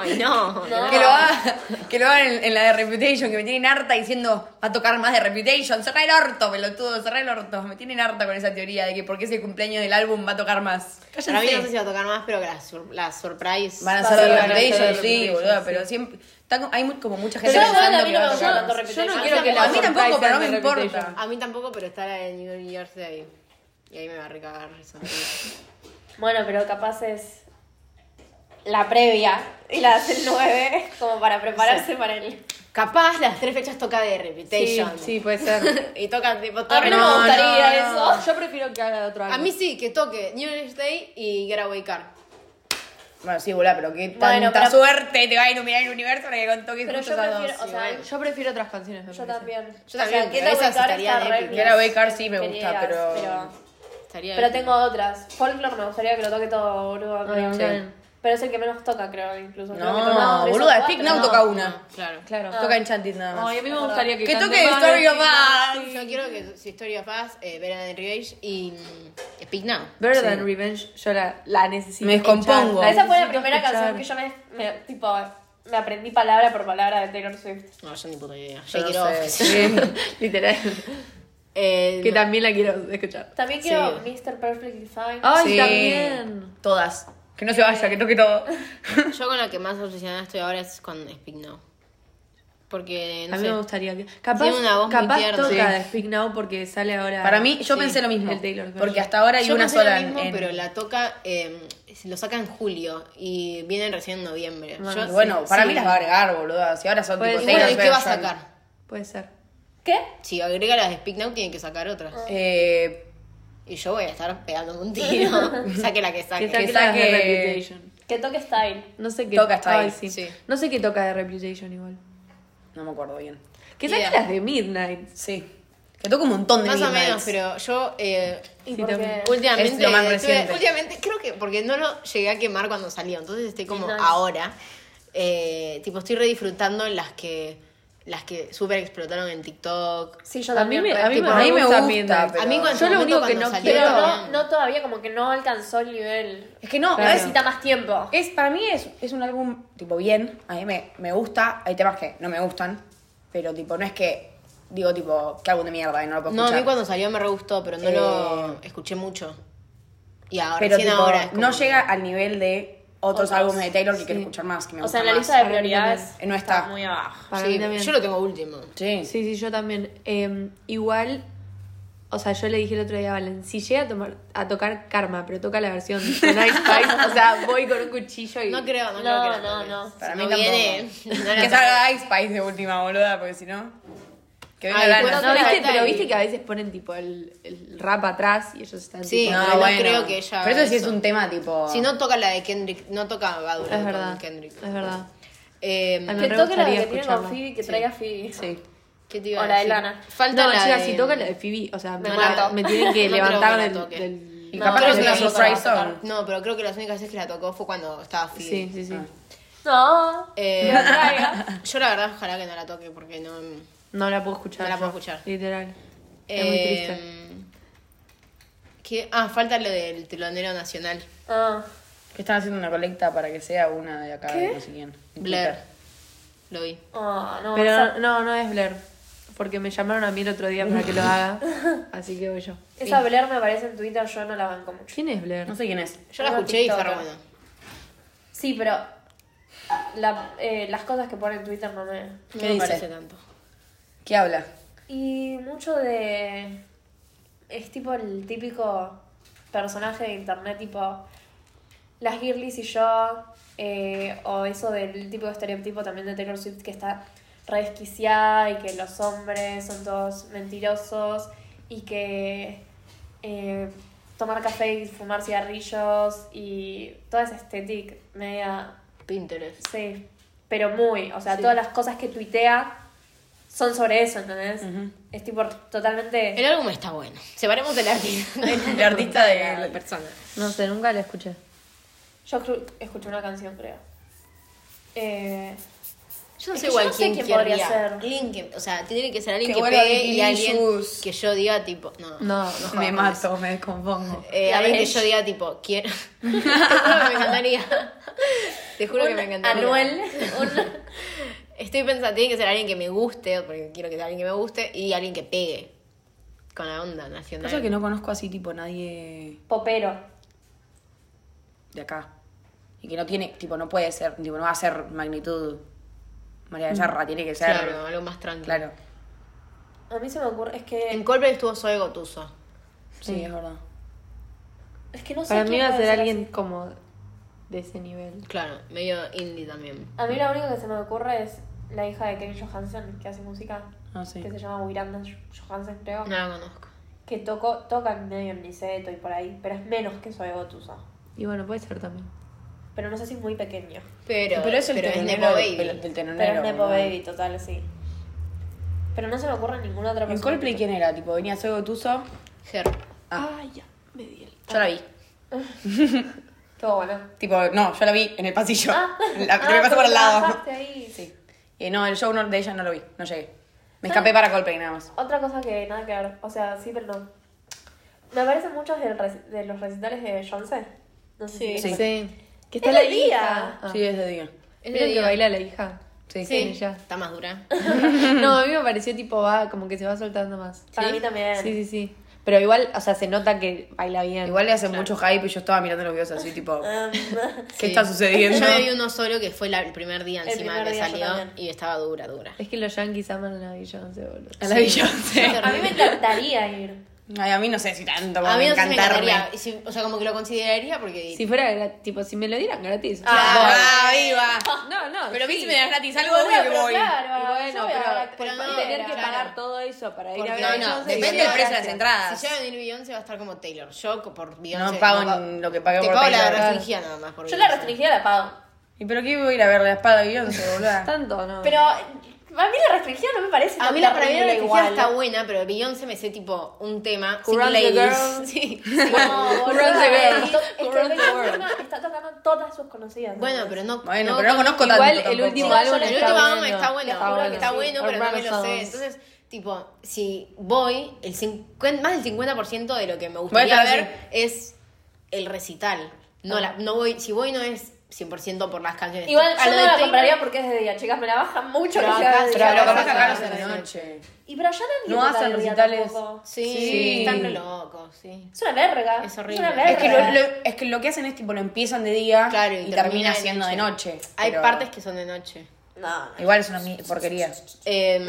Speaker 1: Ay, <laughs> no.
Speaker 4: No.
Speaker 2: Que lo haga, que lo hagan en, en la de Reputation, que me tienen harta diciendo, va a tocar más de Reputation, cerrá el orto, pelotudo, cerrá el orto. Me tienen harta con esa teoría de que porque es el cumpleaños del álbum va a tocar más. Cállense.
Speaker 1: Para mí no sé si va a tocar más, pero que la, sur- la surprise.
Speaker 2: Van a
Speaker 3: Va
Speaker 2: ser
Speaker 3: a
Speaker 2: de
Speaker 3: ser de
Speaker 2: Reputation,
Speaker 3: Reputation,
Speaker 2: sí,
Speaker 3: sí.
Speaker 2: boludo, pero siempre... está como- hay mu- como mucha
Speaker 4: Pero
Speaker 2: gente
Speaker 4: yo igual a
Speaker 2: pensando
Speaker 4: mí no
Speaker 2: que va
Speaker 4: me
Speaker 2: a
Speaker 4: gusta
Speaker 2: tocar
Speaker 4: tanto
Speaker 2: más.
Speaker 4: repetir.
Speaker 3: Yo no quiero que la
Speaker 2: A mí tampoco,
Speaker 3: surprise
Speaker 2: pero
Speaker 3: sea
Speaker 2: no me
Speaker 3: de Reputation.
Speaker 2: importa.
Speaker 1: A mí tampoco, pero está la de New Year's Day. Y ahí me va a recagar esa película.
Speaker 4: Bueno, pero capaz es la previa y la hace el 9 como para prepararse para el...
Speaker 1: Capaz las tres fechas toca de
Speaker 3: Sí,
Speaker 1: Reputation.
Speaker 3: sí, puede ser.
Speaker 1: Y toca tipo
Speaker 4: A mí Ah,
Speaker 1: Torres.
Speaker 4: no, me gustaría
Speaker 2: no, no.
Speaker 4: eso.
Speaker 3: Yo prefiero que haga otro álbum.
Speaker 1: A mí sí, que toque New Year's Day y Getaway Car.
Speaker 2: Bueno, sí, boludo, pero qué
Speaker 4: Bueno, pero-
Speaker 2: tanta suerte te va a iluminar el universo para que con toques
Speaker 4: Pero
Speaker 2: justo
Speaker 4: yo
Speaker 2: esas dos.
Speaker 4: prefiero, o sea, yo,
Speaker 3: Yo prefiero otras canciones. me
Speaker 4: yo
Speaker 3: parece.
Speaker 4: también.
Speaker 1: Yo también,
Speaker 4: O sea,
Speaker 1: pero
Speaker 4: Getaway
Speaker 1: esas
Speaker 4: Car
Speaker 1: estarían
Speaker 4: está re
Speaker 1: épicas.
Speaker 2: Getaway Car sí me gusta,
Speaker 4: queridas,
Speaker 2: pero-
Speaker 4: pero...
Speaker 1: Estaría
Speaker 4: Pero
Speaker 1: bien.
Speaker 4: tengo otras. Folklore me gustaría que lo toque todo, boludo. creo.
Speaker 3: sí.
Speaker 4: Pero es el que menos toca, creo, incluso. Creo que tocaba
Speaker 2: No,
Speaker 4: tres o
Speaker 2: boluda,
Speaker 4: cuatro,
Speaker 2: Speak Now
Speaker 4: no.
Speaker 2: toca una.
Speaker 1: Claro.
Speaker 3: Claro.
Speaker 2: Toca Enchanted nada más.
Speaker 3: Ay, a mí me gustaría que
Speaker 2: Que
Speaker 3: cante
Speaker 2: toque
Speaker 3: más,
Speaker 2: Story of
Speaker 3: sí, más,
Speaker 2: Us.
Speaker 3: sí.
Speaker 1: Yo quiero que su historia of Us, eh, Better Than Revenge y mm, Speak Now.
Speaker 3: Better Than Revenge, yo la, la necesito.
Speaker 2: Me descompongo.
Speaker 3: escuchar.
Speaker 4: Esa fue la
Speaker 3: Necesito
Speaker 4: primera
Speaker 3: escuchar.
Speaker 4: canción que yo me, me- tipo, me aprendí palabra por palabra de Taylor Swift.
Speaker 1: No, yo ni puta idea.
Speaker 2: Yo
Speaker 1: Yo
Speaker 2: no
Speaker 1: quiero. <laughs>
Speaker 2: sé,
Speaker 3: Sí, <laughs> literal.
Speaker 1: Eh,
Speaker 3: Que
Speaker 1: no.
Speaker 3: también la quiero escuchar.
Speaker 4: También quiero Mr. Perfect Design.
Speaker 3: Ay,
Speaker 2: Sí.
Speaker 3: también.
Speaker 2: Todas. Que no se vaya, que toque todo.
Speaker 1: Yo con la que más obsesionada estoy ahora es con Speak Now. Porque, no
Speaker 3: a mí
Speaker 1: sé.
Speaker 3: me gustaría que. Capaz,
Speaker 1: Tiene una voz muy
Speaker 3: capaz
Speaker 1: tierna.
Speaker 3: toca
Speaker 1: Sí.
Speaker 3: de Speak Now porque sale ahora.
Speaker 2: Para mí, yo
Speaker 3: Sí,
Speaker 2: pensé lo mismo.
Speaker 3: el Taylor Swift.
Speaker 2: porque hasta ahora hay
Speaker 1: Yo
Speaker 2: una
Speaker 1: pensé lo
Speaker 2: sola.
Speaker 1: mismo,
Speaker 2: en-
Speaker 1: pero la toca, eh, lo saca en julio y viene recién en noviembre.
Speaker 3: Bueno,
Speaker 1: Yo-
Speaker 2: Bueno, para
Speaker 3: sí.
Speaker 2: mí las va a agregar, boluda. Si ahora son
Speaker 3: Pues,
Speaker 2: tipo
Speaker 1: Y
Speaker 3: Taylor
Speaker 1: bueno, ¿y qué va a
Speaker 2: version.
Speaker 1: sacar?
Speaker 3: Puede ser.
Speaker 4: ¿Qué?
Speaker 1: Si agrega las de Speak Now, tiene que sacar otras.
Speaker 2: Eh,
Speaker 1: Y yo voy a estar pegando un tiro. saque la Ah, que saque.
Speaker 3: Que saque,
Speaker 2: saque-
Speaker 3: las de Reputation.
Speaker 4: Que toque Style.
Speaker 3: No sé qué
Speaker 2: Toca hasta
Speaker 3: ay,
Speaker 2: ahí,
Speaker 3: sí.
Speaker 1: sí.
Speaker 3: No sé qué toca de Reputation igual.
Speaker 2: no me acuerdo bien.
Speaker 3: Que
Speaker 1: Idea.
Speaker 3: saque las de Midnight.
Speaker 2: Sí. Que toque un montón de
Speaker 1: Más o
Speaker 2: Midnights.
Speaker 1: menos, pero yo eh,
Speaker 4: Y
Speaker 3: Sí,
Speaker 4: porque...
Speaker 3: también.
Speaker 1: últimamente,
Speaker 2: Es lo más
Speaker 1: estuve-
Speaker 2: reciente.
Speaker 1: últimamente, creo que porque no lo llegué a quemar cuando salió, entonces estoy como
Speaker 4: Nice.
Speaker 1: ahora. eh, tipo, estoy redisfrutando las que las que super explotaron en TikTok.
Speaker 4: Sí, yo
Speaker 3: A mí
Speaker 4: también.
Speaker 3: me,
Speaker 4: re-
Speaker 3: a mí
Speaker 2: tipo,
Speaker 3: me,
Speaker 2: a mí me
Speaker 3: gusta
Speaker 2: gusta,
Speaker 3: Midnight.
Speaker 2: pero-
Speaker 1: a mí cuando,
Speaker 3: Yo lo único
Speaker 1: cuando
Speaker 3: que no
Speaker 1: salió,
Speaker 4: Pero
Speaker 3: quiero-
Speaker 4: no, no todavía, como que no alcanzó el nivel.
Speaker 2: Es que no,
Speaker 3: Claro.
Speaker 2: a veces
Speaker 4: Necesita más tiempo.
Speaker 2: Es, para mí es, es un álbum, tipo, bien. A mí me, me gusta. Hay temas que no me gustan. Pero, tipo, no es que... Digo, tipo, qué álbum de mierda y no lo puedo
Speaker 1: No, a
Speaker 2: escuchar.
Speaker 1: mí cuando salió me re gustó, pero no
Speaker 2: Eh,
Speaker 1: lo escuché mucho. Y ahora,
Speaker 2: pero,
Speaker 1: recién
Speaker 2: tipo,
Speaker 1: ahora. es como-
Speaker 2: no llega al nivel de otros,
Speaker 4: Otros.
Speaker 2: álbumes de Taylor que quiero escuchar más, que me
Speaker 4: O sea, en
Speaker 2: gusta
Speaker 4: la
Speaker 2: más.
Speaker 4: lista de
Speaker 3: Para mí
Speaker 4: prioridades
Speaker 2: también. No está.
Speaker 4: muy abajo.
Speaker 3: Para
Speaker 1: Sí,
Speaker 3: mí también.
Speaker 1: yo lo tengo último.
Speaker 2: Sí.
Speaker 3: Sí, sí, yo también. Eh, igual, o sea, yo le dije el otro día a Valen, si llega a, tomar, a tocar Karma, pero toca la versión de Nice
Speaker 1: <laughs>
Speaker 3: Spice, o sea, voy con un cuchillo y...
Speaker 1: No creo, no,
Speaker 4: No,
Speaker 1: creo que la
Speaker 4: no,
Speaker 1: toque.
Speaker 4: no.
Speaker 1: Si
Speaker 2: Para
Speaker 1: no
Speaker 2: mí tampoco.
Speaker 1: viene, <laughs> no la
Speaker 2: que
Speaker 1: toque.
Speaker 2: salga Ice Spice de última, boluda, porque si no... Que venga
Speaker 1: Ay,
Speaker 2: la
Speaker 1: bueno,
Speaker 3: No, ¿viste?
Speaker 1: falta
Speaker 3: pero
Speaker 1: y-
Speaker 3: viste que a veces ponen tipo el, el rap atrás y ellos están
Speaker 1: Sí,
Speaker 3: tipo,
Speaker 1: no, no creo que ella
Speaker 2: Pero eso sí
Speaker 1: haga
Speaker 2: es
Speaker 1: eso.
Speaker 2: un tema, tipo...
Speaker 1: Si no toca la de Kendrick, no toca Bad Bunny
Speaker 3: Es
Speaker 1: con
Speaker 3: verdad,
Speaker 1: Kendrick.
Speaker 3: es verdad.
Speaker 1: Eh,
Speaker 3: Ay, me
Speaker 4: Que
Speaker 3: re
Speaker 4: toque la
Speaker 3: gustaría
Speaker 4: que tiene con
Speaker 3: escucharla.
Speaker 4: Phoebe, que traiga Phoebe.
Speaker 2: Sí.
Speaker 1: ¿Qué te iba a
Speaker 4: O la de
Speaker 1: decir?
Speaker 4: Lana.
Speaker 1: Falta
Speaker 3: no,
Speaker 1: la
Speaker 3: chicas,
Speaker 1: de-
Speaker 3: si toca la de Phoebe, o sea, me,
Speaker 4: Me
Speaker 3: la-
Speaker 4: mato.
Speaker 3: me tienen
Speaker 1: <laughs>
Speaker 3: que
Speaker 1: No creo
Speaker 3: levantar
Speaker 1: que la
Speaker 3: del,
Speaker 1: toque.
Speaker 3: del-
Speaker 2: Y
Speaker 4: No,
Speaker 2: capaz
Speaker 1: creo
Speaker 2: que es
Speaker 1: que
Speaker 2: una
Speaker 1: sí,
Speaker 2: surprise
Speaker 4: para-
Speaker 2: song.
Speaker 1: No, pero creo que las únicas veces que la tocó fue cuando estaba Phoebe.
Speaker 3: Sí, sí, sí.
Speaker 4: No.
Speaker 1: Eh,
Speaker 4: <laughs> Que la traiga.
Speaker 1: yo la verdad ojalá que no la toque porque no... mm,
Speaker 3: No la puedo escuchar.
Speaker 1: No la
Speaker 3: yo,
Speaker 1: puedo escuchar.
Speaker 3: Literal. es muy
Speaker 1: Eh,
Speaker 3: triste.
Speaker 1: ¿qué? Ah, falta lo del telonero nacional.
Speaker 4: Ah.
Speaker 2: Que están haciendo una colecta para que sea una de acá, de no sé quién.
Speaker 1: Blair. Lo vi.
Speaker 4: Ah, no,
Speaker 3: Pero
Speaker 4: esa-
Speaker 3: no, no es Blair. porque me llamaron a mí el otro día para que lo haga. Así que voy yo.
Speaker 4: Esa Blair me aparece en Twitter, yo no la banco mucho.
Speaker 3: ¿Quién es Blair?
Speaker 2: No sé quién es.
Speaker 1: Yo la
Speaker 4: Una
Speaker 1: escuché y fue re
Speaker 4: TikToker.
Speaker 1: buena.
Speaker 4: Sí, pero la- eh, las cosas que pone en Twitter no me...
Speaker 1: No
Speaker 2: ¿Qué
Speaker 1: me
Speaker 2: dice?
Speaker 1: parece tanto.
Speaker 2: ¿Qué habla?
Speaker 4: Y mucho de... Es tipo el típico personaje de internet, tipo las girlies y yo, eh, o eso del típico estereotipo también de Taylor Swift que está re desquiciada y que los hombres son todos mentirosos y que eh, tomar café y fumar cigarrillos y toda esa estética media
Speaker 1: Pinterest.
Speaker 4: Sí, pero muy. O sea, todas las cosas que tuitea son sobre eso, ¿entendés? Es tipo totalmente.
Speaker 1: El álbum está bueno. Separemos <laughs> del artista. Del
Speaker 2: El artista de-
Speaker 1: la persona.
Speaker 3: No sé, nunca la escuché.
Speaker 4: Yo cru- escuché una canción, creo. Eh,
Speaker 1: Yo no
Speaker 4: Es
Speaker 1: sé
Speaker 4: que
Speaker 1: igual
Speaker 4: yo no sé
Speaker 1: quién,
Speaker 4: quién podría
Speaker 1: querría.
Speaker 4: ser.
Speaker 1: Alguien que- o sea, tiene que ser alguien
Speaker 2: Que
Speaker 1: que,
Speaker 2: vuelva
Speaker 1: pegue y
Speaker 2: Billie
Speaker 1: alguien
Speaker 2: Jewish.
Speaker 1: que yo diga tipo, no.
Speaker 3: No, no
Speaker 2: me
Speaker 3: jodas.
Speaker 2: mato, me descompongo.
Speaker 1: Eh,
Speaker 4: La
Speaker 1: alguien que
Speaker 4: Beige.
Speaker 1: yo diga tipo, quiero. <laughs> Te juro que me encantaría. Te juro que
Speaker 4: un
Speaker 1: me encantaría.
Speaker 4: Anuel. un-
Speaker 1: Estoy pensando, tiene que ser alguien que me guste, porque quiero que sea alguien que me guste, y alguien que pegue con la onda nacional.
Speaker 2: Pasa que no conozco así tipo nadie
Speaker 4: popero.
Speaker 2: de acá. Y que no tiene, tipo, no puede ser, tipo, no va a ser magnitud María Becerra, tiene que ser.
Speaker 1: Claro,
Speaker 2: Claro.
Speaker 1: algo más tranquilo.
Speaker 4: A mí se me ocurre. Es
Speaker 1: En
Speaker 4: que.
Speaker 1: Coldplay estuvo Zoe Gotuso.
Speaker 2: Sí, es verdad.
Speaker 4: Es que no sé.
Speaker 3: Para mí
Speaker 4: quién
Speaker 3: va a
Speaker 4: puede
Speaker 3: ser alguien
Speaker 4: así.
Speaker 3: como de ese nivel.
Speaker 1: Claro, medio indie también.
Speaker 4: A mí lo único que se me ocurre es la hija de Kate Johansen, que hace música.
Speaker 2: No sé.
Speaker 4: Que se llama Wiranda Johansen, creo.
Speaker 1: No la conozco.
Speaker 4: Que tocó, toca en medio en Niceto y por ahí. Pero es menos que Soy Gotusa.
Speaker 3: Y bueno, puede ser también.
Speaker 4: Pero no sé si es muy pequeño.
Speaker 1: Pero, pero es Nepo
Speaker 2: telonero del-
Speaker 1: Baby.
Speaker 2: del, del telonero,
Speaker 4: Pero es Nepo
Speaker 2: ¿no?
Speaker 4: Baby, total, sí. Pero no se me ocurre ninguna otra
Speaker 2: ¿En
Speaker 4: persona.
Speaker 2: Coldplay quién era? Tipo, venía Soy Gotuso.
Speaker 1: Her.
Speaker 3: Ay, ya, me di el.
Speaker 2: Yo la vi.
Speaker 4: Todo bueno.
Speaker 2: Tipo, no, yo la vi en el pasillo. <laughs> La, que
Speaker 4: Ah,
Speaker 2: me pasó por
Speaker 4: porque
Speaker 2: al lado.
Speaker 4: trabajaste ahí.
Speaker 2: Sí. Eh, no, el show no- de ella no lo vi, no llegué. Me escapé para Coldplay nada más.
Speaker 4: Otra cosa que nada que ver. O sea, sí, pero no. Me aparecen muchos del rec- de los recitales de Beyoncé. No sé si-
Speaker 2: Sí.
Speaker 3: Que
Speaker 4: está la hija.
Speaker 3: Ah.
Speaker 2: Sí, es de día.
Speaker 1: Es
Speaker 3: ¿Vieron
Speaker 1: de
Speaker 3: que
Speaker 1: día.
Speaker 3: baila la hija?
Speaker 2: Sí.
Speaker 1: Sí,
Speaker 3: ella.
Speaker 1: <laughs> está más dura.
Speaker 3: No, a mí me pareció tipo, va, como que se va soltando más.
Speaker 4: Para mí también.
Speaker 3: Sí, sí, sí. Pero igual, o sea, se nota que baila bien.
Speaker 2: Igual le hacen mucho hype y yo estaba mirando los videos así, tipo, ¿qué
Speaker 1: Sí.
Speaker 2: está sucediendo?
Speaker 1: Yo me vi uno solo que fue la- el primer día
Speaker 4: El
Speaker 1: encima
Speaker 4: primer
Speaker 1: que
Speaker 4: día yo
Speaker 1: salió
Speaker 4: también.
Speaker 1: y estaba dura, dura.
Speaker 3: Es que los yankees aman a la Beyoncé, boludo.
Speaker 2: A la Beyoncé.
Speaker 4: A mí me encantaría ir.
Speaker 2: <laughs> Ay, a mí no sé si tanto, como
Speaker 1: A mí
Speaker 2: me
Speaker 1: no sé si me
Speaker 2: encantarme.
Speaker 1: encantaría. y si- o sea, como que lo consideraría porque.
Speaker 3: Si fuera, gra- tipo, si me lo dieran gratis.
Speaker 2: ah, viva.
Speaker 3: No, no.
Speaker 2: Pero a mí
Speaker 3: Ah, sí.
Speaker 2: si me das gratis algo,
Speaker 4: Bueno,
Speaker 2: obvio que
Speaker 4: pero
Speaker 2: voy.
Speaker 4: claro,
Speaker 3: Y
Speaker 4: yo
Speaker 3: bueno,
Speaker 4: voy a
Speaker 3: pero,
Speaker 4: la-
Speaker 3: pero
Speaker 1: pero
Speaker 3: no
Speaker 1: no,
Speaker 3: tener que
Speaker 1: claro.
Speaker 3: pagar todo eso para ir
Speaker 1: Porque
Speaker 3: a
Speaker 1: no,
Speaker 3: ver
Speaker 1: no,
Speaker 3: a Beyoncé.
Speaker 2: Depende
Speaker 1: Sí,
Speaker 2: del precio de las
Speaker 1: gracias.
Speaker 2: entradas.
Speaker 1: Si llega a venir Beyoncé va a estar como Taylor. Yo co- por Beyoncé.
Speaker 2: No pago
Speaker 1: pago-
Speaker 2: en lo que pagué
Speaker 1: Te
Speaker 2: por
Speaker 1: pago la
Speaker 2: Taylor.
Speaker 1: restringida nada más. por
Speaker 4: Yo la
Speaker 1: Beyoncé.
Speaker 4: restringida la pago.
Speaker 2: ¿Y pero qué voy a ir a ver la espada de Beyoncé, boluda?
Speaker 3: Tanto, no.
Speaker 4: Pero a mí la restringida no me parece
Speaker 1: A
Speaker 4: tan
Speaker 1: mí la, para mí la
Speaker 4: terrible
Speaker 1: restringida
Speaker 4: igual.
Speaker 1: <laughs> está buena, pero Beyoncé me sé tipo un tema.
Speaker 3: Who Runs the Girl.
Speaker 1: <laughs> Sí.
Speaker 4: No,
Speaker 3: Who runs the girl?
Speaker 4: boluda, es que
Speaker 3: Who runs the
Speaker 4: Beyoncé
Speaker 3: world?
Speaker 4: encima está tocando todas sus conocidas.
Speaker 1: Bueno, pero no.
Speaker 2: Bueno, pero no conozco tanto
Speaker 3: Igual el
Speaker 2: tampoco.
Speaker 3: último
Speaker 4: Sí,
Speaker 3: álbum
Speaker 4: yo
Speaker 1: El
Speaker 4: Está
Speaker 1: último
Speaker 4: bueno,
Speaker 1: álbum está bueno,
Speaker 4: está
Speaker 1: está bueno,
Speaker 4: bueno,
Speaker 1: está
Speaker 4: sí.
Speaker 1: bueno pero no me lo
Speaker 3: Urbano
Speaker 1: sé.
Speaker 3: Songs.
Speaker 1: Entonces, tipo, si voy, el cincuen- más del 50% de lo que me
Speaker 2: Voy a
Speaker 1: gustaría
Speaker 2: estar Ah.
Speaker 1: ver es el recital. No, la, no voy, si voy no es 100% por las canciones.
Speaker 4: Igual
Speaker 1: A lo
Speaker 4: yo no
Speaker 1: de
Speaker 4: la
Speaker 1: Taylor-
Speaker 4: compraría porque es de día, chicas, me la bajan mucho
Speaker 1: Pero
Speaker 4: que sea
Speaker 1: acá-
Speaker 4: de día.
Speaker 2: Pero lo
Speaker 1: Claro,
Speaker 2: que pasa
Speaker 1: pasa
Speaker 2: acá no
Speaker 1: de
Speaker 2: se de
Speaker 1: noche.
Speaker 2: noche.
Speaker 4: Y pero allá nadie
Speaker 2: No
Speaker 4: toca
Speaker 2: hacen
Speaker 4: de día
Speaker 2: recitales.
Speaker 4: tampoco.
Speaker 1: Sí,
Speaker 2: Sí.
Speaker 1: están re locos, sí.
Speaker 4: Es una verga.
Speaker 1: Es horrible.
Speaker 4: una verga.
Speaker 2: Es que, lo, lo- es que lo que hacen es tipo lo empiezan de día
Speaker 1: Claro,
Speaker 2: Ah, y,
Speaker 1: y
Speaker 2: termina,
Speaker 1: termina de
Speaker 2: siendo de
Speaker 1: noche.
Speaker 2: noche.
Speaker 1: Hay
Speaker 2: pero
Speaker 1: partes que son de noche.
Speaker 4: No, no.
Speaker 2: Igual es una mi- porquería.
Speaker 1: Eh,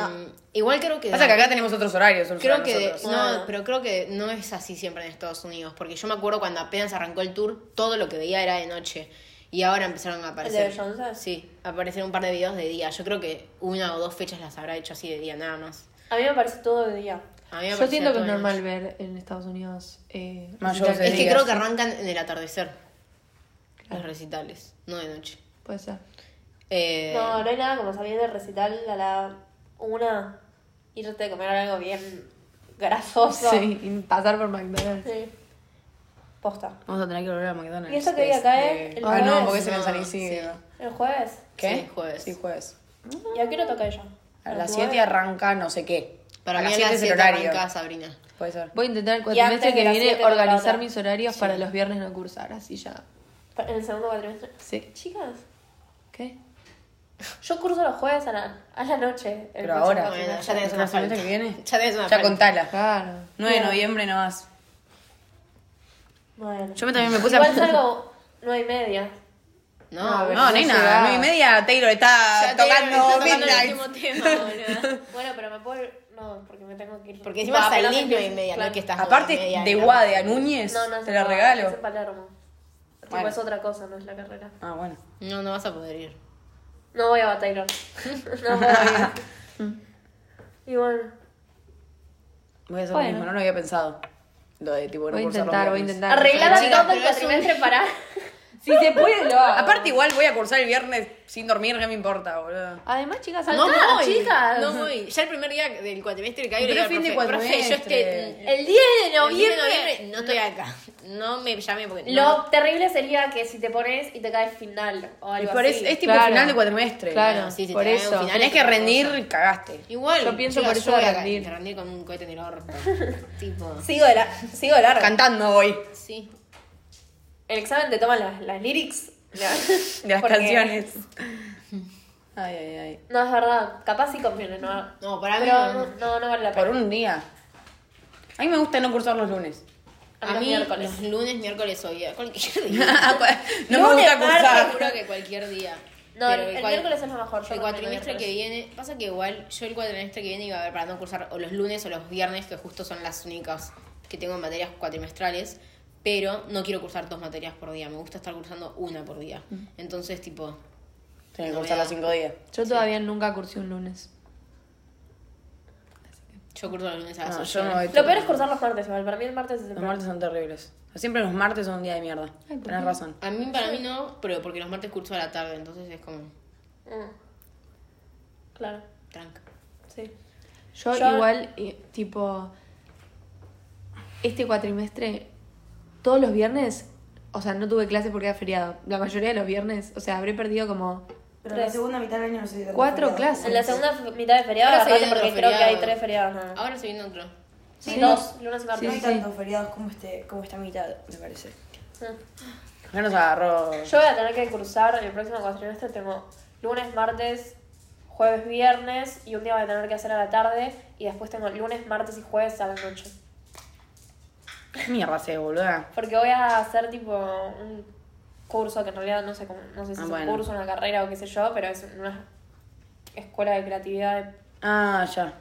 Speaker 1: Igual creo que...
Speaker 2: Pasa que acá tenemos otros horarios. solo
Speaker 1: Creo
Speaker 2: para
Speaker 1: que de-
Speaker 2: nosotros.
Speaker 1: no,
Speaker 4: Ah.
Speaker 1: pero creo que no es así siempre en Estados Unidos, porque yo me acuerdo cuando apenas arrancó el tour, todo lo que veía era de noche y ahora empezaron a aparecer.
Speaker 4: ¿El de Beyoncé?
Speaker 1: Sí, aparecieron un par de videos de día. Yo creo que una o dos fechas las habrá hecho así de día nada más.
Speaker 4: A mí me parece todo de día.
Speaker 1: A mí me
Speaker 3: Yo
Speaker 1: parecía
Speaker 3: siento que
Speaker 1: todo
Speaker 3: es
Speaker 1: de
Speaker 3: normal
Speaker 1: noche.
Speaker 3: ver en Estados Unidos. Eh,
Speaker 2: Más
Speaker 3: recitales.
Speaker 2: shows de
Speaker 1: Es que
Speaker 2: día.
Speaker 1: creo que arrancan en el atardecer los recitales, no de noche.
Speaker 3: Puede ser.
Speaker 1: Eh,
Speaker 4: No, no hay nada como salir del recital a la una, irte a comer algo bien grasoso.
Speaker 3: Sí, y pasar por McDonald's.
Speaker 4: Sí. Posta.
Speaker 2: Vamos a tener que volver a McDonald's.
Speaker 4: ¿Y esto qué día cae?
Speaker 2: Este-
Speaker 4: ¿eh? ¿El
Speaker 2: Ah, no,
Speaker 4: jueves?
Speaker 2: porque es en
Speaker 1: No,
Speaker 2: San
Speaker 1: sí.
Speaker 2: Isidro.
Speaker 4: El jueves.
Speaker 2: ¿Qué?
Speaker 1: Sí, jueves.
Speaker 2: Sí, jueves.
Speaker 4: ¿Y a qué hora toca ella?
Speaker 2: A las
Speaker 4: nueve?
Speaker 2: 7 arranca no sé qué.
Speaker 1: para
Speaker 2: a
Speaker 1: mí
Speaker 2: las
Speaker 1: a
Speaker 2: 7
Speaker 1: las
Speaker 2: es el
Speaker 1: 7
Speaker 2: horario.
Speaker 1: arranca Sabrina.
Speaker 2: Puede ser.
Speaker 3: Voy a intentar el cuatrimestre
Speaker 4: antes de
Speaker 3: que
Speaker 4: las
Speaker 3: viene
Speaker 4: siete toca la
Speaker 3: organizar
Speaker 4: otra.
Speaker 3: mis horarios para los viernes no cursar, así ya.
Speaker 4: En el segundo cuatrimestre.
Speaker 3: Sí.
Speaker 4: Chicas,
Speaker 3: ¿Qué?
Speaker 4: Yo curso los jueves a la, a la noche. el
Speaker 2: Pero
Speaker 4: próximo
Speaker 2: ahora.
Speaker 4: semestre.
Speaker 1: Bueno, ya tenés
Speaker 2: ¿El
Speaker 1: una falta.
Speaker 2: semestre que viene?
Speaker 1: Ya tenés una
Speaker 2: Ya
Speaker 1: falta.
Speaker 2: contala.
Speaker 3: Claro.
Speaker 2: 9 de noviembre nomás.
Speaker 4: Bueno.
Speaker 2: Yo me- también me puse a-
Speaker 4: Igual salgo nueve y media.
Speaker 1: No,
Speaker 3: No,
Speaker 1: boludo.
Speaker 2: No, nena,
Speaker 3: llegás.
Speaker 2: 9 y media Taylor está
Speaker 1: Ya te-
Speaker 2: tocando
Speaker 1: está tocando
Speaker 2: Midnight.
Speaker 1: el último tema, boludo.
Speaker 4: Bueno, pero me puedo. ir- No, porque me tengo que ir.
Speaker 1: Porque encima
Speaker 4: Va, apenas
Speaker 1: salís nueve y
Speaker 4: empiezo,
Speaker 1: media, no
Speaker 4: claro.
Speaker 1: es que estás nueve
Speaker 2: Aparte
Speaker 1: y media
Speaker 2: de
Speaker 1: en la-
Speaker 2: Guade a Núñez,
Speaker 4: No, no, es
Speaker 2: te
Speaker 4: en
Speaker 2: la
Speaker 4: Pal-
Speaker 2: regalo.
Speaker 4: Es en Palermo. Tipo,
Speaker 2: Bueno.
Speaker 4: es otra cosa, no es la carrera.
Speaker 2: Ah, bueno.
Speaker 1: No, no vas a poder ir.
Speaker 4: No voy a Bataillon. no voy a ir. Y bueno.
Speaker 2: Voy a hacer
Speaker 3: Bueno.
Speaker 2: lo mismo, no lo había pensado. Lo de tipo no
Speaker 3: Voy a
Speaker 2: cursar los
Speaker 3: intentar, voy a
Speaker 2: viernes.
Speaker 3: intentar.
Speaker 4: Arreglar a
Speaker 1: Chicas,
Speaker 4: todo el
Speaker 1: pero es un-
Speaker 4: cuatrimestre para.
Speaker 3: Si se puede, lo hago.
Speaker 2: Aparte igual voy a cursar el viernes sin dormir, ¿qué me importa, boludo?
Speaker 3: Además, chicas,
Speaker 1: No
Speaker 4: Saltá,
Speaker 1: voy,
Speaker 4: chicas.
Speaker 1: no voy. Ya el primer día del cuatrimestre que hay,
Speaker 2: Pero
Speaker 1: le digo al
Speaker 2: fin de
Speaker 1: profe, profe, yo
Speaker 2: cuatrimestre.
Speaker 1: este,
Speaker 4: El 10 de
Speaker 1: El 10 de
Speaker 4: noviembre.
Speaker 1: noviembre no estoy acá. No me llame porque.
Speaker 4: Lo
Speaker 1: No,
Speaker 4: terrible sería que si te pones y te cae final o algo
Speaker 2: Y por
Speaker 4: así.
Speaker 2: eso, es tipo
Speaker 3: Claro.
Speaker 2: final de cuatrimestre.
Speaker 3: Claro,
Speaker 1: Bueno, sí, si
Speaker 3: por
Speaker 1: te dan un
Speaker 3: eso.
Speaker 1: final-
Speaker 2: Tenés que rendir, cagaste.
Speaker 1: Igual.
Speaker 3: Yo pienso
Speaker 1: chicas,
Speaker 3: por eso
Speaker 1: yo voy a
Speaker 3: rendir.
Speaker 1: ca- rendir con un cohete en el orto. tipo.
Speaker 4: Sigo de, la, sigo de largo.
Speaker 2: Cantando voy.
Speaker 1: Sí.
Speaker 4: El examen te toman las, las lyrics.
Speaker 2: De las
Speaker 4: Porque-
Speaker 2: canciones. <laughs> Ay, ay, ay.
Speaker 4: No, es verdad. Capaz sí conviene, no.
Speaker 1: No, para mí
Speaker 4: Pero
Speaker 1: no.
Speaker 4: no, no, vale la
Speaker 2: Por
Speaker 4: pena.
Speaker 2: un día. A mí me gusta no cursar los lunes.
Speaker 4: A mí,
Speaker 1: A
Speaker 4: los
Speaker 1: mí,
Speaker 4: miércoles.
Speaker 1: los lunes, miércoles o día. Cualquier día.
Speaker 2: <laughs> no me
Speaker 4: Lunes,
Speaker 2: gusta
Speaker 1: Te
Speaker 2: cursar.
Speaker 1: juro que cualquier día.
Speaker 4: No,
Speaker 1: Pero
Speaker 4: el, el
Speaker 1: cual-
Speaker 4: miércoles es lo mejor. Yo
Speaker 1: El
Speaker 4: no
Speaker 1: cuatrimestre
Speaker 4: miércoles.
Speaker 1: que viene, pasa que igual yo el cuatrimestre que viene iba a ver para no cursar o los lunes o los viernes, que justo son las únicas que tengo en materias cuatrimestrales, pero no quiero cursar dos materias por día, me gusta estar cursando una por día. Entonces, tipo,
Speaker 2: Tenés que cursar los cinco días.
Speaker 3: Yo todavía nunca cursé un lunes.
Speaker 1: yo curso los lunes a las
Speaker 2: No,
Speaker 1: ocho.
Speaker 2: yo no voy.
Speaker 4: Lo peor es cursar los martes, igual. Para mí el martes es el
Speaker 2: Los
Speaker 4: peor.
Speaker 2: martes son terribles. Siempre los martes son un día de mierda. Tenés razón.
Speaker 1: A mí, para mí no, pero porque los martes curso a la tarde, entonces es como,
Speaker 4: Mm. Claro,
Speaker 1: tranca.
Speaker 4: sí.
Speaker 3: Yo,
Speaker 4: Yo-
Speaker 3: igual, eh, tipo, este cuatrimestre, todos los viernes, o sea, no tuve clase porque era feriado. La mayoría de los viernes, o sea, habré perdido como...
Speaker 5: Pero
Speaker 4: Tres.
Speaker 5: la segunda mitad del año no sé.
Speaker 3: Cuatro clases.
Speaker 4: En la segunda f- mitad de feriado,
Speaker 1: Ahora se
Speaker 4: agarrate
Speaker 1: vienen
Speaker 4: porque
Speaker 1: los
Speaker 4: creo que hay
Speaker 1: feriados.
Speaker 4: tres feriados. nada más.
Speaker 1: Ahora se viene otro.
Speaker 4: Sí,
Speaker 3: Sí.
Speaker 4: dos, lunes y
Speaker 5: No
Speaker 4: martes.
Speaker 3: Sí,
Speaker 5: hay
Speaker 3: sí.
Speaker 5: tantos feriados como, este, como esta mitad, me parece.
Speaker 1: Ah.
Speaker 4: Mm.
Speaker 2: Ya nos agarró.
Speaker 4: Yo voy a tener que cursar el próximo cuatrimestre. Tengo lunes, martes, jueves, viernes y un día voy a tener que hacer a la tarde. Y después tengo lunes, martes y jueves a la noche.
Speaker 2: ¿Qué mierda se, boluda?
Speaker 4: Porque voy a hacer tipo un curso que en realidad no sé cómo, no sé si
Speaker 2: Ah,
Speaker 4: es
Speaker 2: bueno.
Speaker 4: un curso, una carrera o qué sé yo, pero es una escuela de creatividad
Speaker 2: Ah, ya.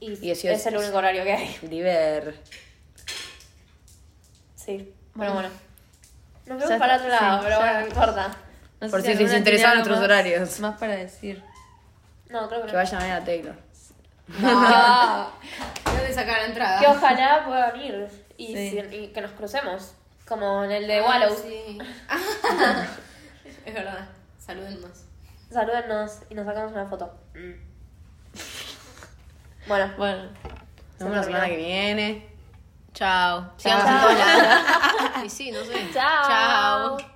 Speaker 4: y,
Speaker 2: Y es-
Speaker 4: es el único horario que hay. <laughs>
Speaker 2: Diver.
Speaker 4: Sí. Bueno, bueno. Nos
Speaker 3: Ya
Speaker 4: vemos para otro
Speaker 3: está,
Speaker 4: lado,
Speaker 3: sí,
Speaker 4: pero
Speaker 3: ya.
Speaker 4: bueno, no importa.
Speaker 3: No sé
Speaker 2: Por si les
Speaker 3: alguna tiene
Speaker 2: interesan
Speaker 3: algo
Speaker 2: nuestros
Speaker 3: más-
Speaker 2: horarios.
Speaker 3: Más para
Speaker 2: <laughs>
Speaker 3: decir.
Speaker 4: No, creo que
Speaker 2: Que
Speaker 4: no.
Speaker 2: vayan a ver a Taylor. Ah.
Speaker 3: No.
Speaker 1: Ya te sacar la
Speaker 4: Que
Speaker 1: entrada.
Speaker 4: ojalá puedan ir y,
Speaker 3: Sí.
Speaker 4: si- y que nos crucemos. Como en el de
Speaker 1: Ah,
Speaker 4: Wallow.
Speaker 1: sí. es verdad, salúdennos.
Speaker 4: Salúdennos y nos sacamos una foto.
Speaker 1: Mm.
Speaker 4: Bueno,
Speaker 3: bueno,
Speaker 2: Nos vemos la semana que viene.
Speaker 1: Chao. Sigamos
Speaker 4: Chao. <laughs>
Speaker 1: en todos lados. Y sí, no sé.
Speaker 4: chao.
Speaker 1: Chao.